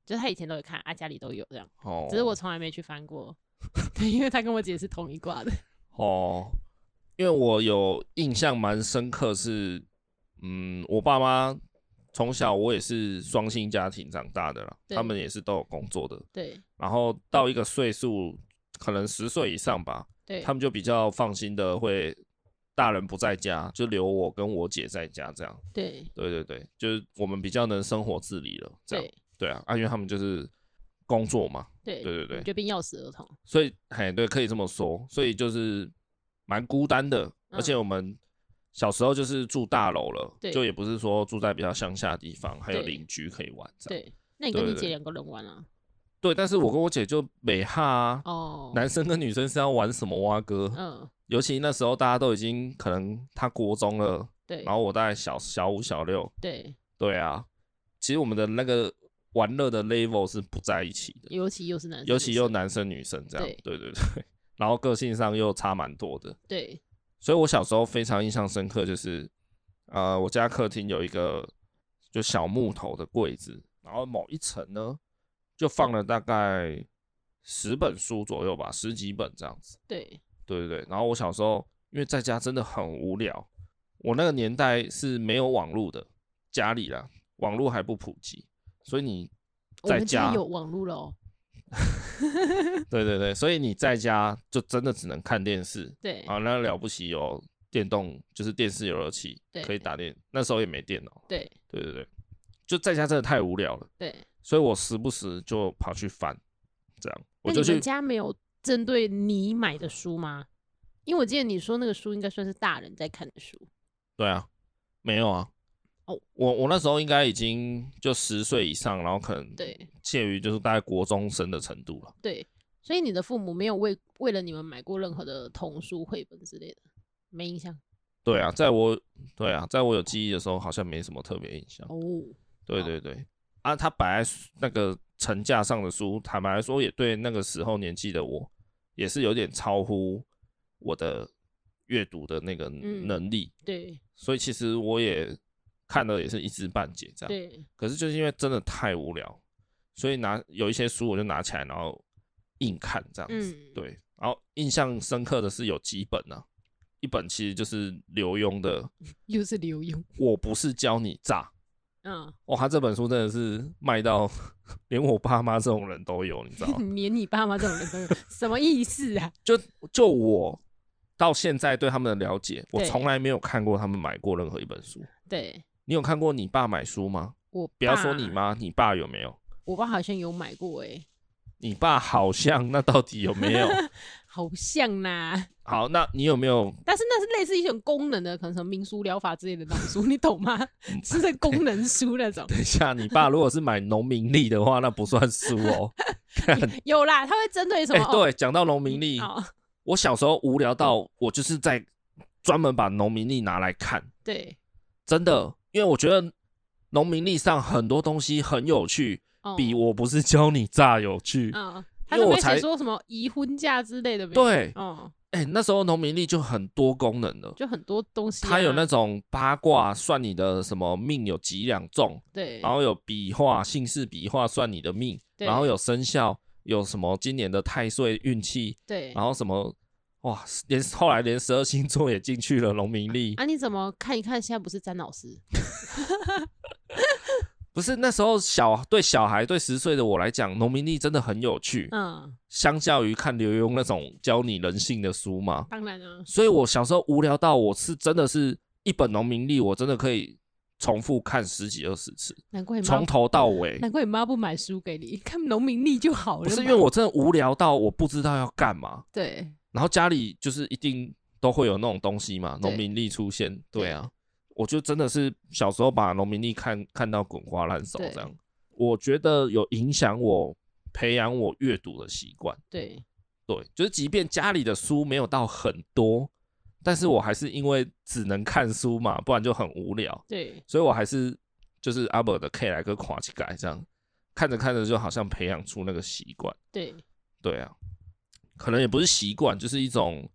[SPEAKER 2] 就是他以前都有看，啊家里都有这样，
[SPEAKER 1] 哎哦，
[SPEAKER 2] 只是我从来没去翻过， 对，因为他跟我姐是同一挂的，
[SPEAKER 1] 哦，因为我有印象蛮深刻是，嗯，我爸妈从小我也是双薪家庭长大的啦，
[SPEAKER 2] 对
[SPEAKER 1] 他们也是都有工作的，
[SPEAKER 2] 对
[SPEAKER 1] 然后到一个岁数，可能十岁以上吧，
[SPEAKER 2] 对
[SPEAKER 1] 他们就比较放心的会。大人不在家，就留我跟我姐在家，这样。
[SPEAKER 2] 对
[SPEAKER 1] 对对对，就是我们比较能生活自理了，这样。
[SPEAKER 2] 对
[SPEAKER 1] 对啊，啊，因为他们就是工作嘛，
[SPEAKER 2] 对
[SPEAKER 1] 对对对
[SPEAKER 2] 你就变钥匙儿童，
[SPEAKER 1] 所以，嘿，对，可以这么说，所以就是蛮孤单的，而且我们小时候就是住大楼了，
[SPEAKER 2] 嗯对
[SPEAKER 1] 就也不是说住在比较乡下的地方，还有
[SPEAKER 2] 对
[SPEAKER 1] 邻居可以玩，这样
[SPEAKER 2] 对，那你跟
[SPEAKER 1] 对
[SPEAKER 2] 你
[SPEAKER 1] 对
[SPEAKER 2] 姐
[SPEAKER 1] 对
[SPEAKER 2] 两个人玩啊？
[SPEAKER 1] 对。但是我跟我姐就美哈啊，
[SPEAKER 2] 哦，
[SPEAKER 1] 男生跟女生是要玩什么蛙哥？
[SPEAKER 2] 嗯，
[SPEAKER 1] 尤其那时候大家都已经可能他国中了，
[SPEAKER 2] 对
[SPEAKER 1] 然后我大概小小五小六，
[SPEAKER 2] 对，
[SPEAKER 1] 对啊，其实我们的那个玩乐的 level 是不在一起的，
[SPEAKER 2] 尤其又是男生女生，
[SPEAKER 1] 尤其又男生女生这样，
[SPEAKER 2] 对
[SPEAKER 1] 对对对，然后个性上又差蛮多的。
[SPEAKER 2] 对
[SPEAKER 1] 所以我小时候非常印象深刻，就是呃，我家客厅有一个就小木头的柜子，然后某一层呢就放了大概十本书左右吧，十几本这样子。
[SPEAKER 2] 对
[SPEAKER 1] 对对对，然后我小时候因为在家真的很无聊，我那个年代是没有网络的，家里啦网络还不普及，所以你
[SPEAKER 2] 我
[SPEAKER 1] 在
[SPEAKER 2] 们家
[SPEAKER 1] 家
[SPEAKER 2] 有网络了哦，
[SPEAKER 1] 对对对，所以你在家就真的只能看电视，
[SPEAKER 2] 对
[SPEAKER 1] 啊，那了不起有电动，就是电视游乐器
[SPEAKER 2] 对，
[SPEAKER 1] 可以打电。那时候也没电脑，
[SPEAKER 2] 对
[SPEAKER 1] 对对对，就在家真的太无聊了，
[SPEAKER 2] 对。
[SPEAKER 1] 所以我时不时就跑去翻，这样我
[SPEAKER 2] 那
[SPEAKER 1] 就
[SPEAKER 2] 你们
[SPEAKER 1] 去
[SPEAKER 2] 家没有针对你买的书吗？因为我记得你说那个书应该算是大人在看的书，
[SPEAKER 1] 对啊，没有啊，
[SPEAKER 2] 哦，
[SPEAKER 1] 我我那时候应该已经就十岁以上，然后可能
[SPEAKER 2] 对
[SPEAKER 1] 介于就是大概国中生的程度了，
[SPEAKER 2] 对，所以你的父母没有为为了你们买过任何的童书、绘本之类的，没印象
[SPEAKER 1] 对啊，在我对啊，在我有记忆的时候好像没什么特别印象，
[SPEAKER 2] 哦。
[SPEAKER 1] 对
[SPEAKER 2] 好
[SPEAKER 1] 对对，啊，他摆在那个层架上的书，坦白来说，也对那个时候年纪的我，也是有点超乎我的阅读的那个
[SPEAKER 2] 嗯
[SPEAKER 1] 能力，
[SPEAKER 2] 对
[SPEAKER 1] 所以其实我也看的也是一知半解这样。
[SPEAKER 2] 对
[SPEAKER 1] 可是就是因为真的太无聊，所以拿有一些书我就拿起来，然后硬看这样子。
[SPEAKER 2] 嗯
[SPEAKER 1] 对，然后印象深刻的是有几本啊，一本其实就是刘墉的《
[SPEAKER 2] 又是刘墉，
[SPEAKER 1] 我不是教你炸》。
[SPEAKER 2] 嗯，
[SPEAKER 1] 哇，他这本书真的是卖到 连我爸妈这种人都有，你知 道吗？
[SPEAKER 2] 连你爸妈这种人都有，什么意思啊？
[SPEAKER 1] 就就我到现在对他们的了解，我
[SPEAKER 2] 对
[SPEAKER 1] 从来没有看过他们买过任何一本书。
[SPEAKER 2] 对
[SPEAKER 1] 你有看过你爸买书吗？
[SPEAKER 2] 我
[SPEAKER 1] 不要说你
[SPEAKER 2] 爸，
[SPEAKER 1] 妈，你爸有没有？
[SPEAKER 2] 我爸好像有买过哎、
[SPEAKER 1] 你爸好像，那到底有没有？
[SPEAKER 2] 好像啦，
[SPEAKER 1] 好，那你有没有？
[SPEAKER 2] 但是那是类似一种功能的，可能什么民俗疗法之类的那种书，你懂吗？
[SPEAKER 1] 嗯
[SPEAKER 2] 是在功能书那种。
[SPEAKER 1] 等一下，你爸如果是买农民历的话，那不算书 哦。
[SPEAKER 2] 有啦，他会针对什
[SPEAKER 1] 哎、
[SPEAKER 2] 么？哦
[SPEAKER 1] 对，讲到农民历，
[SPEAKER 2] 哦，
[SPEAKER 1] 我小时候无聊到我就是在专门把农民历拿来看。
[SPEAKER 2] 对，
[SPEAKER 1] 真的，因为我觉得农民历上很多东西很有趣，
[SPEAKER 2] 哦
[SPEAKER 1] 比我不是教你炸有趣。
[SPEAKER 2] 嗯，他
[SPEAKER 1] 因为
[SPEAKER 2] 那
[SPEAKER 1] 我
[SPEAKER 2] 边写
[SPEAKER 1] 才
[SPEAKER 2] 说什么移婚假之类的没有，
[SPEAKER 1] 对，
[SPEAKER 2] 哦，
[SPEAKER 1] 哎、那时候农民历就很多功能了，
[SPEAKER 2] 就很多东西啊，
[SPEAKER 1] 它有那种八卦算你的什么命有几两重，
[SPEAKER 2] 对
[SPEAKER 1] 然后有笔画姓氏笔画算你的命，
[SPEAKER 2] 对
[SPEAKER 1] 然后有生肖，有什么今年的太岁运气，
[SPEAKER 2] 对
[SPEAKER 1] 然后什么哇，连后来连十二星座也进去了农民历。
[SPEAKER 2] 啊，你怎么看一看？现在不是詹老师，
[SPEAKER 1] 不是那时候小对小孩对十岁的我来讲，农民历真的很有趣。
[SPEAKER 2] 嗯，
[SPEAKER 1] 相较于看刘墉那种教你人性的书嘛，
[SPEAKER 2] 当然啊，
[SPEAKER 1] 所以我小时候无聊到我是真的是一本农民历，我真的可以重复看十几二十次，
[SPEAKER 2] 难怪你妈
[SPEAKER 1] 从，头到尾。
[SPEAKER 2] 难怪你妈不买书给你， 看农民历就好了
[SPEAKER 1] 不
[SPEAKER 2] 嘛。
[SPEAKER 1] 是因为我真的无聊到我不知道要干嘛，
[SPEAKER 2] 对
[SPEAKER 1] 然后家里就是一定都会有那种东西嘛，
[SPEAKER 2] 对
[SPEAKER 1] 农民历出现，对啊，我就真的是小时候把农民历看看到滚瓜烂熟
[SPEAKER 2] 对
[SPEAKER 1] 这样，我觉得有影响我培养我阅读的习惯。
[SPEAKER 2] 对
[SPEAKER 1] 对，就是即便家里的书没有到很多，但是我还是因为只能看书嘛，不然就很无聊，
[SPEAKER 2] 对
[SPEAKER 1] 所以我还是就是阿伯的 K 来个垮起改这样，看着看着就好像培养出那个习惯。
[SPEAKER 2] 对
[SPEAKER 1] 对啊，可能也不是习惯，就是一种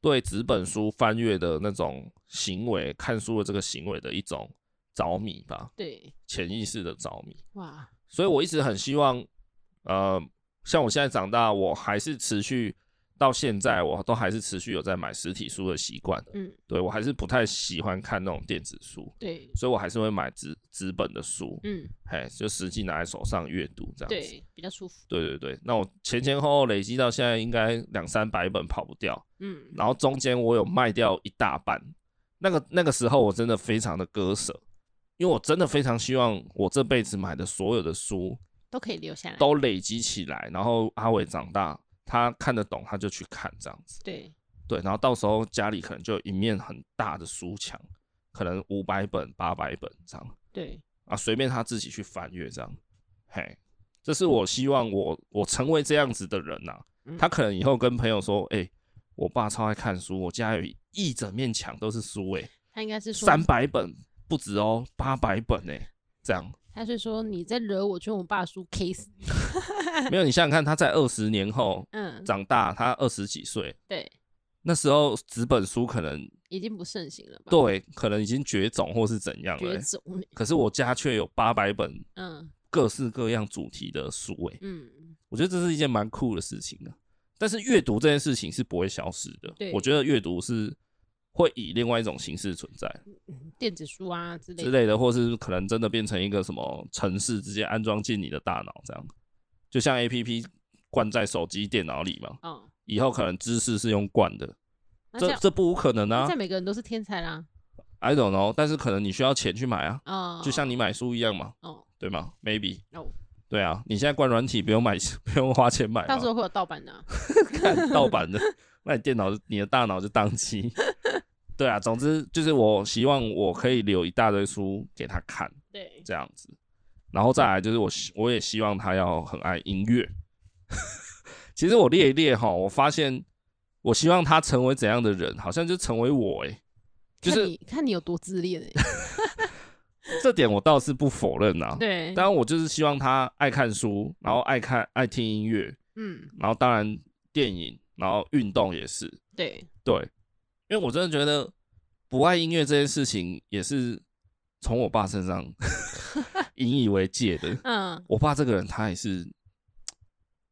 [SPEAKER 1] 对纸本书翻阅的那种行为、看书的这个行为的一种着迷吧，
[SPEAKER 2] 对，
[SPEAKER 1] 潜意识的着迷。
[SPEAKER 2] 哇，
[SPEAKER 1] 所以我一直很希望，呃，像我现在长大，我还是持续到现在，我都还是持续有在买实体书的习惯的。
[SPEAKER 2] 嗯，
[SPEAKER 1] 对我还是不太喜欢看那种电子书，
[SPEAKER 2] 对，
[SPEAKER 1] 所以我还是会买纸纸本的书，
[SPEAKER 2] 嗯，
[SPEAKER 1] 嘿，就实际拿在手上阅读这样子。
[SPEAKER 2] 对，比较舒服，
[SPEAKER 1] 对对对，那我前前后后累积到现在应该两三百本跑不掉，
[SPEAKER 2] 嗯，
[SPEAKER 1] 然后中间我有卖掉一大半，那个那个时候我真的非常的割舍，因为我真的非常希望我这辈子买的所有的书
[SPEAKER 2] 都可以留下来，
[SPEAKER 1] 都累积起来，然后阿伟长大他看得懂他就去看这样子，
[SPEAKER 2] 对，
[SPEAKER 1] 对，然后到时候家里可能就有一面很大的书墙，可能五百本八百本这样，
[SPEAKER 2] 对，
[SPEAKER 1] 啊，随便他自己去翻阅这样。嘿，这是我希望我我成为这样子的人呐、啊
[SPEAKER 2] 嗯
[SPEAKER 1] 他可能以后跟朋友说，哎、我爸超爱看书，我家有一整面墙都是书、欸，
[SPEAKER 2] 他应该是说
[SPEAKER 1] 三百本不止哦，八百本哎、这 样。
[SPEAKER 2] 他是说你在惹我，就用我爸的书 K 死你。
[SPEAKER 1] 没有，你想想看，他在二十年后
[SPEAKER 2] 嗯，
[SPEAKER 1] 长大，他二十几岁，
[SPEAKER 2] 对，
[SPEAKER 1] 那时候纸本书可能
[SPEAKER 2] 已经不盛行了吧？，
[SPEAKER 1] 对，可能已经绝种或是怎样了、
[SPEAKER 2] 嗯绝
[SPEAKER 1] 欸
[SPEAKER 2] 种。
[SPEAKER 1] 可是我家却有八百本
[SPEAKER 2] 嗯
[SPEAKER 1] 各式各样主题的书、欸，
[SPEAKER 2] 嗯，
[SPEAKER 1] 我觉得这是一件蛮酷的事情的。但是阅读这件事情是不会消失的，
[SPEAKER 2] 对
[SPEAKER 1] 我觉得阅读是会以另外一种形式存在
[SPEAKER 2] 电子书啊之类
[SPEAKER 1] 之
[SPEAKER 2] 的。
[SPEAKER 1] 类的，或是可能真的变成一个什么城市直接安装进你的大脑这样，就像 A P P 灌在手机、电脑里嘛，
[SPEAKER 2] 哦，
[SPEAKER 1] 以后可能知识是用灌的，
[SPEAKER 2] 那这
[SPEAKER 1] 这
[SPEAKER 2] 样，
[SPEAKER 1] 这不无可能
[SPEAKER 2] 那
[SPEAKER 1] 啊
[SPEAKER 2] 这样每个人都是天才啦。
[SPEAKER 1] ，I don't know，但是可能你需要钱去买啊，
[SPEAKER 2] 哦，
[SPEAKER 1] 就像你买书一样嘛，
[SPEAKER 2] 哦
[SPEAKER 1] 对吗？Maybe，
[SPEAKER 2] 哦，
[SPEAKER 1] 对啊，你现在灌软体不用买， 不用花钱买嘛，
[SPEAKER 2] 到时候会有盗版 的啊。
[SPEAKER 1] 看盗版的， 那你电脑就你的大脑就宕机。对啊，总之就是我希望我可以留一大堆书给他看
[SPEAKER 2] 对，
[SPEAKER 1] 这样子，然后再来就是我希我也希望他要很爱音乐。 其实我列一列哈，我发现我希望他成为怎样的人，好像就成为我欸诶、就
[SPEAKER 2] 看
[SPEAKER 1] 是
[SPEAKER 2] 你看你有多 自恋欸
[SPEAKER 1] 这点我倒是不否认啊。
[SPEAKER 2] 对，
[SPEAKER 1] 当然我就是希望他爱看书，然后爱看爱听音乐，
[SPEAKER 2] 嗯，
[SPEAKER 1] 然后当然电影，然后运动也是。
[SPEAKER 2] 对，
[SPEAKER 1] 对，因为我真的觉得不爱音乐这件事情也是从我爸身上 引以为戒的。
[SPEAKER 2] 嗯
[SPEAKER 1] 我爸这个人，他也是，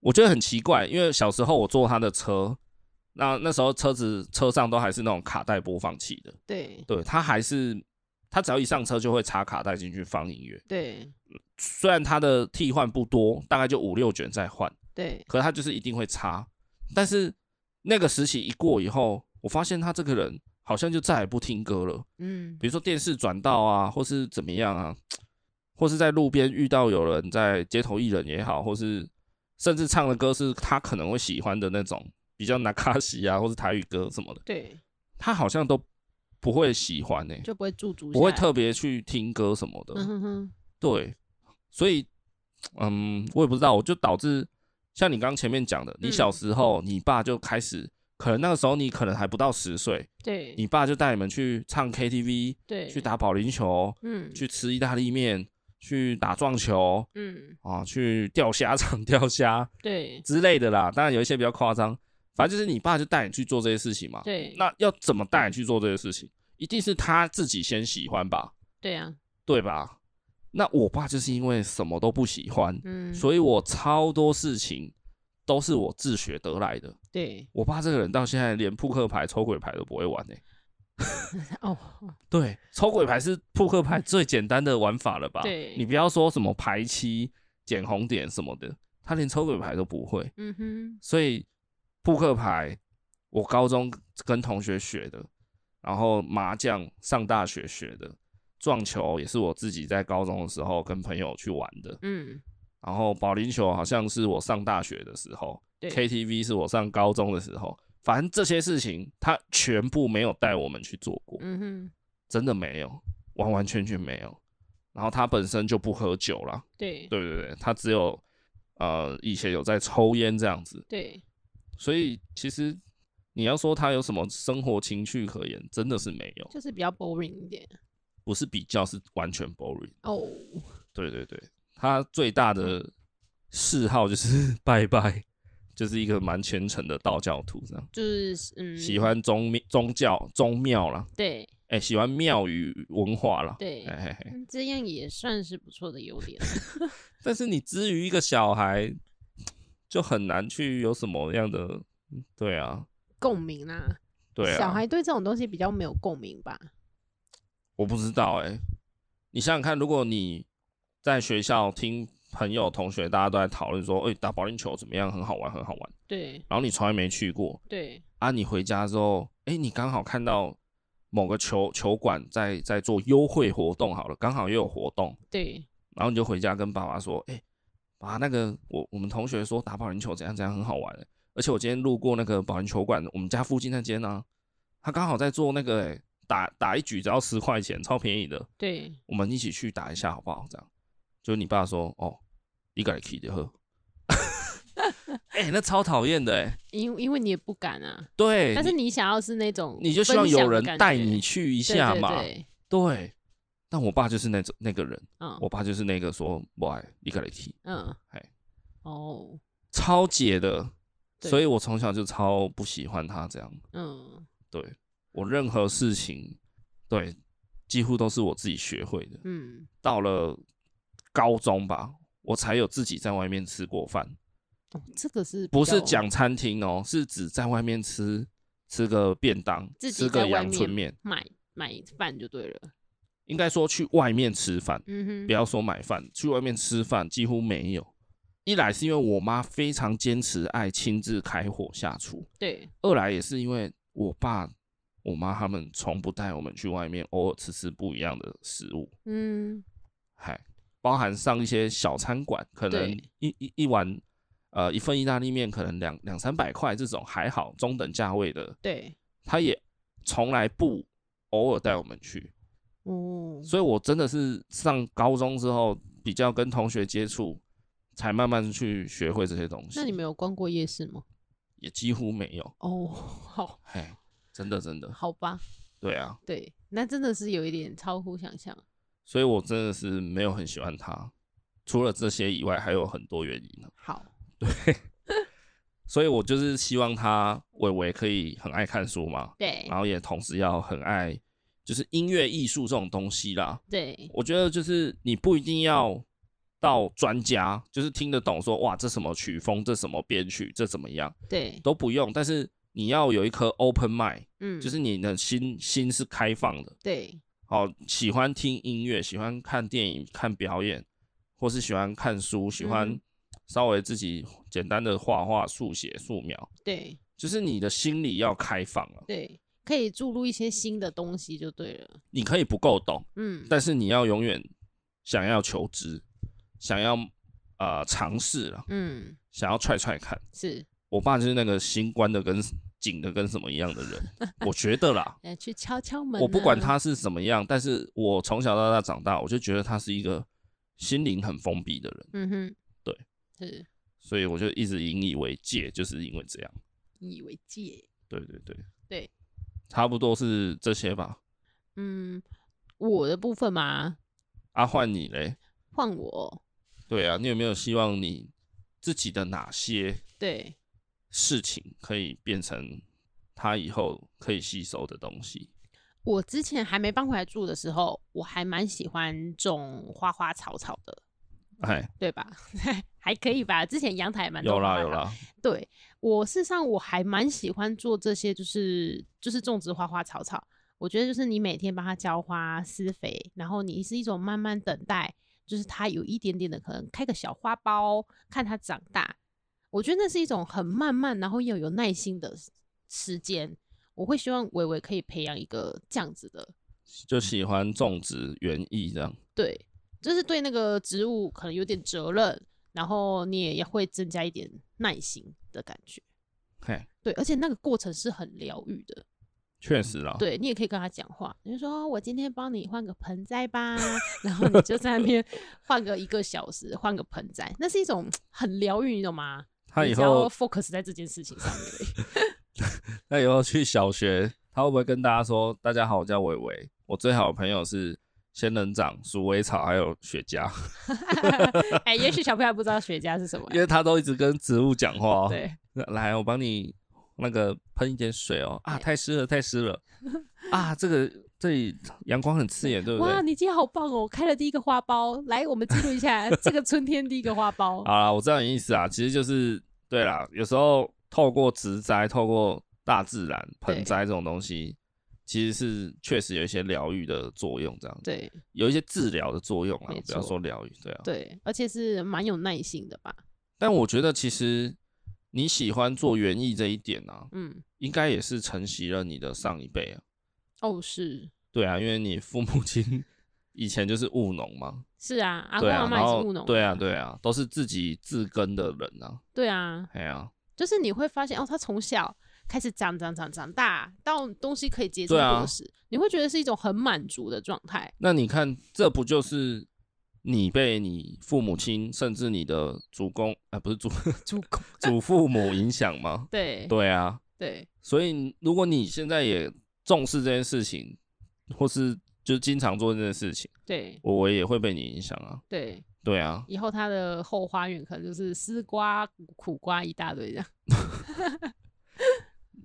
[SPEAKER 1] 我觉得很奇怪，因为小时候我坐他的车，那那时候车子车上都还是那种卡带播放器的，
[SPEAKER 2] 对
[SPEAKER 1] 对他还是他只要一上车就会插卡带进去放音乐，
[SPEAKER 2] 对
[SPEAKER 1] 虽然他的替换不多，大概就五六卷再换。
[SPEAKER 2] 对，
[SPEAKER 1] 可是他就是一定会差。但是那个时期一过以后，我发现他这个人好像就再也不听歌了，
[SPEAKER 2] 嗯
[SPEAKER 1] 比如说电视转到啊，或是怎么样啊，或是在路边遇到有人在街头艺人也好，或是甚至唱的歌是他可能会喜欢的那种比较拿卡西啊，或是台语歌什么的，
[SPEAKER 2] 对，
[SPEAKER 1] 他好像都不会喜欢呢、
[SPEAKER 2] 就不会驻足，
[SPEAKER 1] 不会，特别去听歌什么的。
[SPEAKER 2] 嗯哼哼，
[SPEAKER 1] 对，所以，嗯，我也不知道，我就导致像你刚前面讲的，你
[SPEAKER 2] 嗯
[SPEAKER 1] 小时候你爸就开始，可能那个时候你可能还不到十岁，
[SPEAKER 2] 对，
[SPEAKER 1] 你爸就带你们去唱 KTV，
[SPEAKER 2] 对，
[SPEAKER 1] 去，打保龄球，
[SPEAKER 2] 嗯，
[SPEAKER 1] 去吃意大利面，去打撞球
[SPEAKER 2] 嗯，
[SPEAKER 1] 啊，去钓虾场钓虾
[SPEAKER 2] 对
[SPEAKER 1] 之类的啦。当然有一些比较夸张，反正就是你爸就带你去做这些事情嘛。
[SPEAKER 2] 对，
[SPEAKER 1] 那要怎么带你去做这些事情？一定是他自己先喜欢吧。
[SPEAKER 2] 对啊，
[SPEAKER 1] 对吧？那我爸就是因为什么都不喜欢，
[SPEAKER 2] 嗯，
[SPEAKER 1] 所以我超多事情都是我自学得来的。
[SPEAKER 2] 对，
[SPEAKER 1] 我爸这个人到现在连扑克牌、抽鬼牌都不会玩呢、
[SPEAKER 2] 哦，
[SPEAKER 1] 对，抽鬼牌是扑克牌最简单的玩法了吧？
[SPEAKER 2] 对
[SPEAKER 1] 你不要说什么排七、捡红点什么的，他连抽鬼牌都不会。
[SPEAKER 2] 嗯哼，
[SPEAKER 1] 所以扑克牌我高中跟同学学的，然后麻将上大学学的，撞球也是我自己在高中的时候跟朋友去玩的，
[SPEAKER 2] 嗯，
[SPEAKER 1] 然后保龄球好像是我上大学的时候
[SPEAKER 2] 对
[SPEAKER 1] ，KTV 是我上高中的时候，反正这些事情他全部没有带我们去做过，
[SPEAKER 2] 嗯哼，
[SPEAKER 1] 真的没有，完完全全没有。然后他本身就不喝酒啦，
[SPEAKER 2] 对
[SPEAKER 1] 对对对，他只有呃以前有在抽烟这样子，
[SPEAKER 2] 对，
[SPEAKER 1] 所以其实你要说他有什么生活情趣可言，真的是没有，
[SPEAKER 2] 就是比较 boring 一点
[SPEAKER 1] 不是比较，是完全 boring。
[SPEAKER 2] 哦，
[SPEAKER 1] 对对对，他最大的嗜好就是 拜拜、就是一个蛮虔诚的道教徒，这样
[SPEAKER 2] 就是嗯，
[SPEAKER 1] 喜欢宗庙宗教宗庙啦，
[SPEAKER 2] 对
[SPEAKER 1] 哎、喜欢庙宇文化啦。
[SPEAKER 2] 对
[SPEAKER 1] 哎、嘿嘿
[SPEAKER 2] 嗯这样也算是不错的优点。啊
[SPEAKER 1] 但是你至于一个小孩，就很难去有什么样的，对啊，
[SPEAKER 2] 共鸣啦，
[SPEAKER 1] 对啊，
[SPEAKER 2] 小孩对这种东西比较没有共鸣吧？
[SPEAKER 1] 我不知道哎、你想想看，如果你在学校听朋友、同学大家都在讨论说，哎、打保龄球怎么样，很好玩，很好玩，
[SPEAKER 2] 对
[SPEAKER 1] 然后你从来没去过
[SPEAKER 2] 对
[SPEAKER 1] 啊，你回家之后，哎、你刚好看到某个球球馆在在做优惠活动，好了，刚好又有活动，
[SPEAKER 2] 对
[SPEAKER 1] 然后你就回家跟爸爸说，哎、爸，那个我我们同学说打保龄球怎样怎样很好玩、欸，而且我今天路过那个保龄球馆，我们家附近那间啊，他刚好在做那个、欸，打打一局只要十块钱，超便宜的。
[SPEAKER 2] 对，
[SPEAKER 1] 我们一起去打一下好不好？这样，就你爸说，哦，你敢去就 喝。哎、那超讨厌的哎、
[SPEAKER 2] 因因为你也不敢啊，
[SPEAKER 1] 对，
[SPEAKER 2] 但是你想要是那种
[SPEAKER 1] 你就希望
[SPEAKER 2] 分享的
[SPEAKER 1] 有人
[SPEAKER 2] 感
[SPEAKER 1] 带
[SPEAKER 2] 觉
[SPEAKER 1] 你去一
[SPEAKER 2] 对
[SPEAKER 1] 下
[SPEAKER 2] 对
[SPEAKER 1] 嘛，
[SPEAKER 2] 对
[SPEAKER 1] 对。但我爸就是那种那个人，
[SPEAKER 2] 嗯
[SPEAKER 1] 我爸就是那个说不爱你敢去，
[SPEAKER 2] 嗯
[SPEAKER 1] 哎，
[SPEAKER 2] 哦，
[SPEAKER 1] 超解的，
[SPEAKER 2] 对
[SPEAKER 1] 所以我从小就超不喜欢他这样。
[SPEAKER 2] 嗯
[SPEAKER 1] 对我任何事情，对，几乎都是我自己学会的。
[SPEAKER 2] 嗯，
[SPEAKER 1] 到了高中吧，我才有自己在外面吃过饭。
[SPEAKER 2] 哦这个是比
[SPEAKER 1] 不是
[SPEAKER 2] 较
[SPEAKER 1] 讲餐厅哦，是指在外面吃吃个便当，
[SPEAKER 2] 自己
[SPEAKER 1] 吃
[SPEAKER 2] 在
[SPEAKER 1] 个
[SPEAKER 2] 外
[SPEAKER 1] 阳春面，
[SPEAKER 2] 买买饭就对了，
[SPEAKER 1] 应该说去外面吃饭，
[SPEAKER 2] 嗯
[SPEAKER 1] 不
[SPEAKER 2] 哼，
[SPEAKER 1] 要说买饭，去外面吃饭几乎没有。一来是因为我妈非常坚持爱亲自开火下厨，
[SPEAKER 2] 对
[SPEAKER 1] 二来也是因为我爸、我妈他们从不带我们去外面，偶尔吃吃不一样的食物，
[SPEAKER 2] 嗯
[SPEAKER 1] 嗨，包含上一些小餐馆，可能
[SPEAKER 2] 对
[SPEAKER 1] 一一一碗。呃，一份意大利面可能两两三百块这种还好，中等价位的
[SPEAKER 2] 对
[SPEAKER 1] 他也从来不偶尔带我们去，
[SPEAKER 2] 哦
[SPEAKER 1] 所以我真的是上高中之后比较跟同学接触，才慢慢去学会这些东西。
[SPEAKER 2] 那你们有逛过夜市吗？
[SPEAKER 1] 也几乎没有，
[SPEAKER 2] 哦，好，
[SPEAKER 1] 嘿，真的真的，
[SPEAKER 2] 好吧，
[SPEAKER 1] 对啊，
[SPEAKER 2] 对，那真的是有一点超乎想象。
[SPEAKER 1] 所以我真的是没有很喜欢他。除了这些以外，还有很多原因呢。
[SPEAKER 2] 好，
[SPEAKER 1] 所以我就是希望他伟伟可以很爱看书嘛，
[SPEAKER 2] 对
[SPEAKER 1] 然后也同时要很爱就是音乐艺术这种东西啦。
[SPEAKER 2] 对
[SPEAKER 1] 我觉得就是你不一定要到专家，就是听得懂说哇这什么曲风，这什么编曲，这怎么样
[SPEAKER 2] 对，
[SPEAKER 1] 都不用，但是你要有一颗 open mind，
[SPEAKER 2] 嗯，
[SPEAKER 1] 就是你的心心是开放的。
[SPEAKER 2] 对
[SPEAKER 1] 哦，喜欢听音乐，喜欢看电影、看表演，或是喜欢看书，喜欢
[SPEAKER 2] 嗯
[SPEAKER 1] 稍微自己简单的画画、速写、素描，
[SPEAKER 2] 对
[SPEAKER 1] 就是你的心里要开放了。
[SPEAKER 2] 对，可以注入一些新的东西就对了。
[SPEAKER 1] 你可以不够懂，
[SPEAKER 2] 嗯，
[SPEAKER 1] 但是你要永远想要求知，想要呃尝试了，
[SPEAKER 2] 嗯，
[SPEAKER 1] 想要踹踹看。
[SPEAKER 2] 是，
[SPEAKER 1] 我爸就是那个心关的跟紧的跟什么一样的人，我觉得啦，
[SPEAKER 2] 呃，去敲敲门、啊
[SPEAKER 1] 我不管，他是怎么样，但是我从小到大长大，我就觉得他是一个心灵很封闭的人，
[SPEAKER 2] 嗯哼，
[SPEAKER 1] 对，
[SPEAKER 2] 是
[SPEAKER 1] 所以我就一直引以为戒，就是因为这样。
[SPEAKER 2] 引以为戒。
[SPEAKER 1] 对对对
[SPEAKER 2] 对，
[SPEAKER 1] 差不多是这些吧。
[SPEAKER 2] 嗯，我的部分嘛，
[SPEAKER 1] 阿焕你嘞？
[SPEAKER 2] 换我，
[SPEAKER 1] 对啊，你有没有希望你自己的哪些
[SPEAKER 2] 对，
[SPEAKER 1] 事情可以变成他以后可以吸收的东西。
[SPEAKER 2] 我之前还没搬回来住的时候，我还蛮喜欢种花花草草的，
[SPEAKER 1] 哎，
[SPEAKER 2] 对吧？ 还可以吧，之前阳台也蛮多
[SPEAKER 1] 有
[SPEAKER 2] 花
[SPEAKER 1] 啦
[SPEAKER 2] 花
[SPEAKER 1] 有啦，
[SPEAKER 2] 对我，事实上我还蛮喜欢做这些，就是就是种植花花草草。我觉得就是你每天帮它浇花、施肥，然后你是一种慢慢等待，就是它有一点点的可能开个小花苞，看它长大。我觉得那是一种很慢慢，然后又有耐心的时间。我会希望伟伟可以培养一个这样子的，
[SPEAKER 1] 就喜欢种植园艺这样。
[SPEAKER 2] 对，就是对那个植物可能有点责任，然后你也会增加一点耐心的感觉。
[SPEAKER 1] 嘿，
[SPEAKER 2] 对，而且那个过程是很疗愈的。
[SPEAKER 1] 确实啦，
[SPEAKER 2] 对你也可以跟他讲话，你就说哦我今天帮你换个盆栽吧， 然后你就在 那边换个一个小时，换个盆栽，那是一种很疗愈，你懂吗？
[SPEAKER 1] 他
[SPEAKER 2] 你
[SPEAKER 1] 以
[SPEAKER 2] 只要
[SPEAKER 1] 后
[SPEAKER 2] focus 在这件事情上面而已。
[SPEAKER 1] 他以后去小学，他会不会跟大家说：“大家好，我叫伟伟，我最好的朋友是仙人掌、鼠尾草还有雪茄，
[SPEAKER 2] 哎、也许小朋友还不知道雪茄是什么、
[SPEAKER 1] 因为他都一直跟植物讲话哦。
[SPEAKER 2] 对
[SPEAKER 1] 那来，我帮你那个喷一点水哦。啊，
[SPEAKER 2] 对
[SPEAKER 1] 太湿了，太湿 了。啊，这个这里阳光很刺眼，对不对
[SPEAKER 2] 哇，？你今天好棒哦！我开了第一个花苞，来，我们记录一下 这个春天第一个花苞。
[SPEAKER 1] 好啦，我知道你的意思啊，其实就是对啦，有时候透过植栽、透过大自然、
[SPEAKER 2] 对
[SPEAKER 1] 盆栽这种东西，其实是确实有一些疗愈的作用，这样子，
[SPEAKER 2] 对
[SPEAKER 1] 有一些治疗的作用啊
[SPEAKER 2] 没，
[SPEAKER 1] 不要
[SPEAKER 2] 错
[SPEAKER 1] 说疗愈，对啊。
[SPEAKER 2] 对，而且是蛮有耐性的吧？
[SPEAKER 1] 但我觉得其实你喜欢做园艺这一点啊，
[SPEAKER 2] 嗯，
[SPEAKER 1] 应该也是承袭了你的上一辈啊，
[SPEAKER 2] 哦，是
[SPEAKER 1] 对啊，因为你父母亲以前就是务农嘛，
[SPEAKER 2] 是啊，阿公
[SPEAKER 1] 对
[SPEAKER 2] 阿
[SPEAKER 1] 啊，
[SPEAKER 2] 妈
[SPEAKER 1] 然
[SPEAKER 2] 也
[SPEAKER 1] 后
[SPEAKER 2] 是务农，
[SPEAKER 1] 对啊，对啊，都是自己自耕的人啊，
[SPEAKER 2] 对啊，
[SPEAKER 1] 哎呀、
[SPEAKER 2] 就是你会发现哦，他从小开始长长长长大，到东西可以结成
[SPEAKER 1] 对啊
[SPEAKER 2] 果实，你会觉得是一种很满足的状 态。
[SPEAKER 1] 那你看，这不就是你被你父母亲，甚至你的祖公，啊、不是祖
[SPEAKER 2] 主公，
[SPEAKER 1] 祖父母影响吗？
[SPEAKER 2] 对
[SPEAKER 1] 对啊，
[SPEAKER 2] 对
[SPEAKER 1] 所以如果你现在也重视这件事情，或是就是经常做这件事情，
[SPEAKER 2] 对
[SPEAKER 1] 我我也会被你影响啊。
[SPEAKER 2] 对，
[SPEAKER 1] 对啊，
[SPEAKER 2] 以后他的后花园可能就是丝瓜、苦瓜一大堆这样。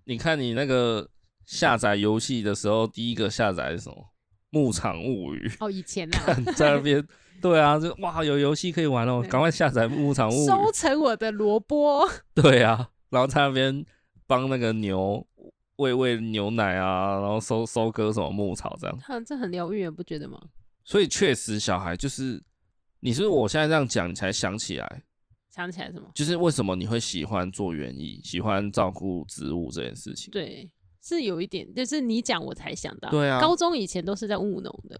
[SPEAKER 1] 你看你那个下载游戏的时候，第一个下载是什么？《牧场物语
[SPEAKER 2] 哦，以前啊，》
[SPEAKER 1] 在那边，对啊，就哇有游戏可以玩哦，赶快下载《牧场物语》。
[SPEAKER 2] 收成我的萝卜，
[SPEAKER 1] 对啊，然后在那边帮那个牛喂喂牛奶啊，然后收收割什么牧草这样。
[SPEAKER 2] 啊哼，这很疗愈，不觉得吗？
[SPEAKER 1] 所以确实，小孩就是你是不是我现在这样讲，你才想起来，
[SPEAKER 2] 想起来什么？
[SPEAKER 1] 就是为什么你会喜欢做园艺，喜欢照顾植物这件事情。
[SPEAKER 2] 对，是有一点，就是你讲我才想到。
[SPEAKER 1] 对啊
[SPEAKER 2] 高中以前都是在务农的，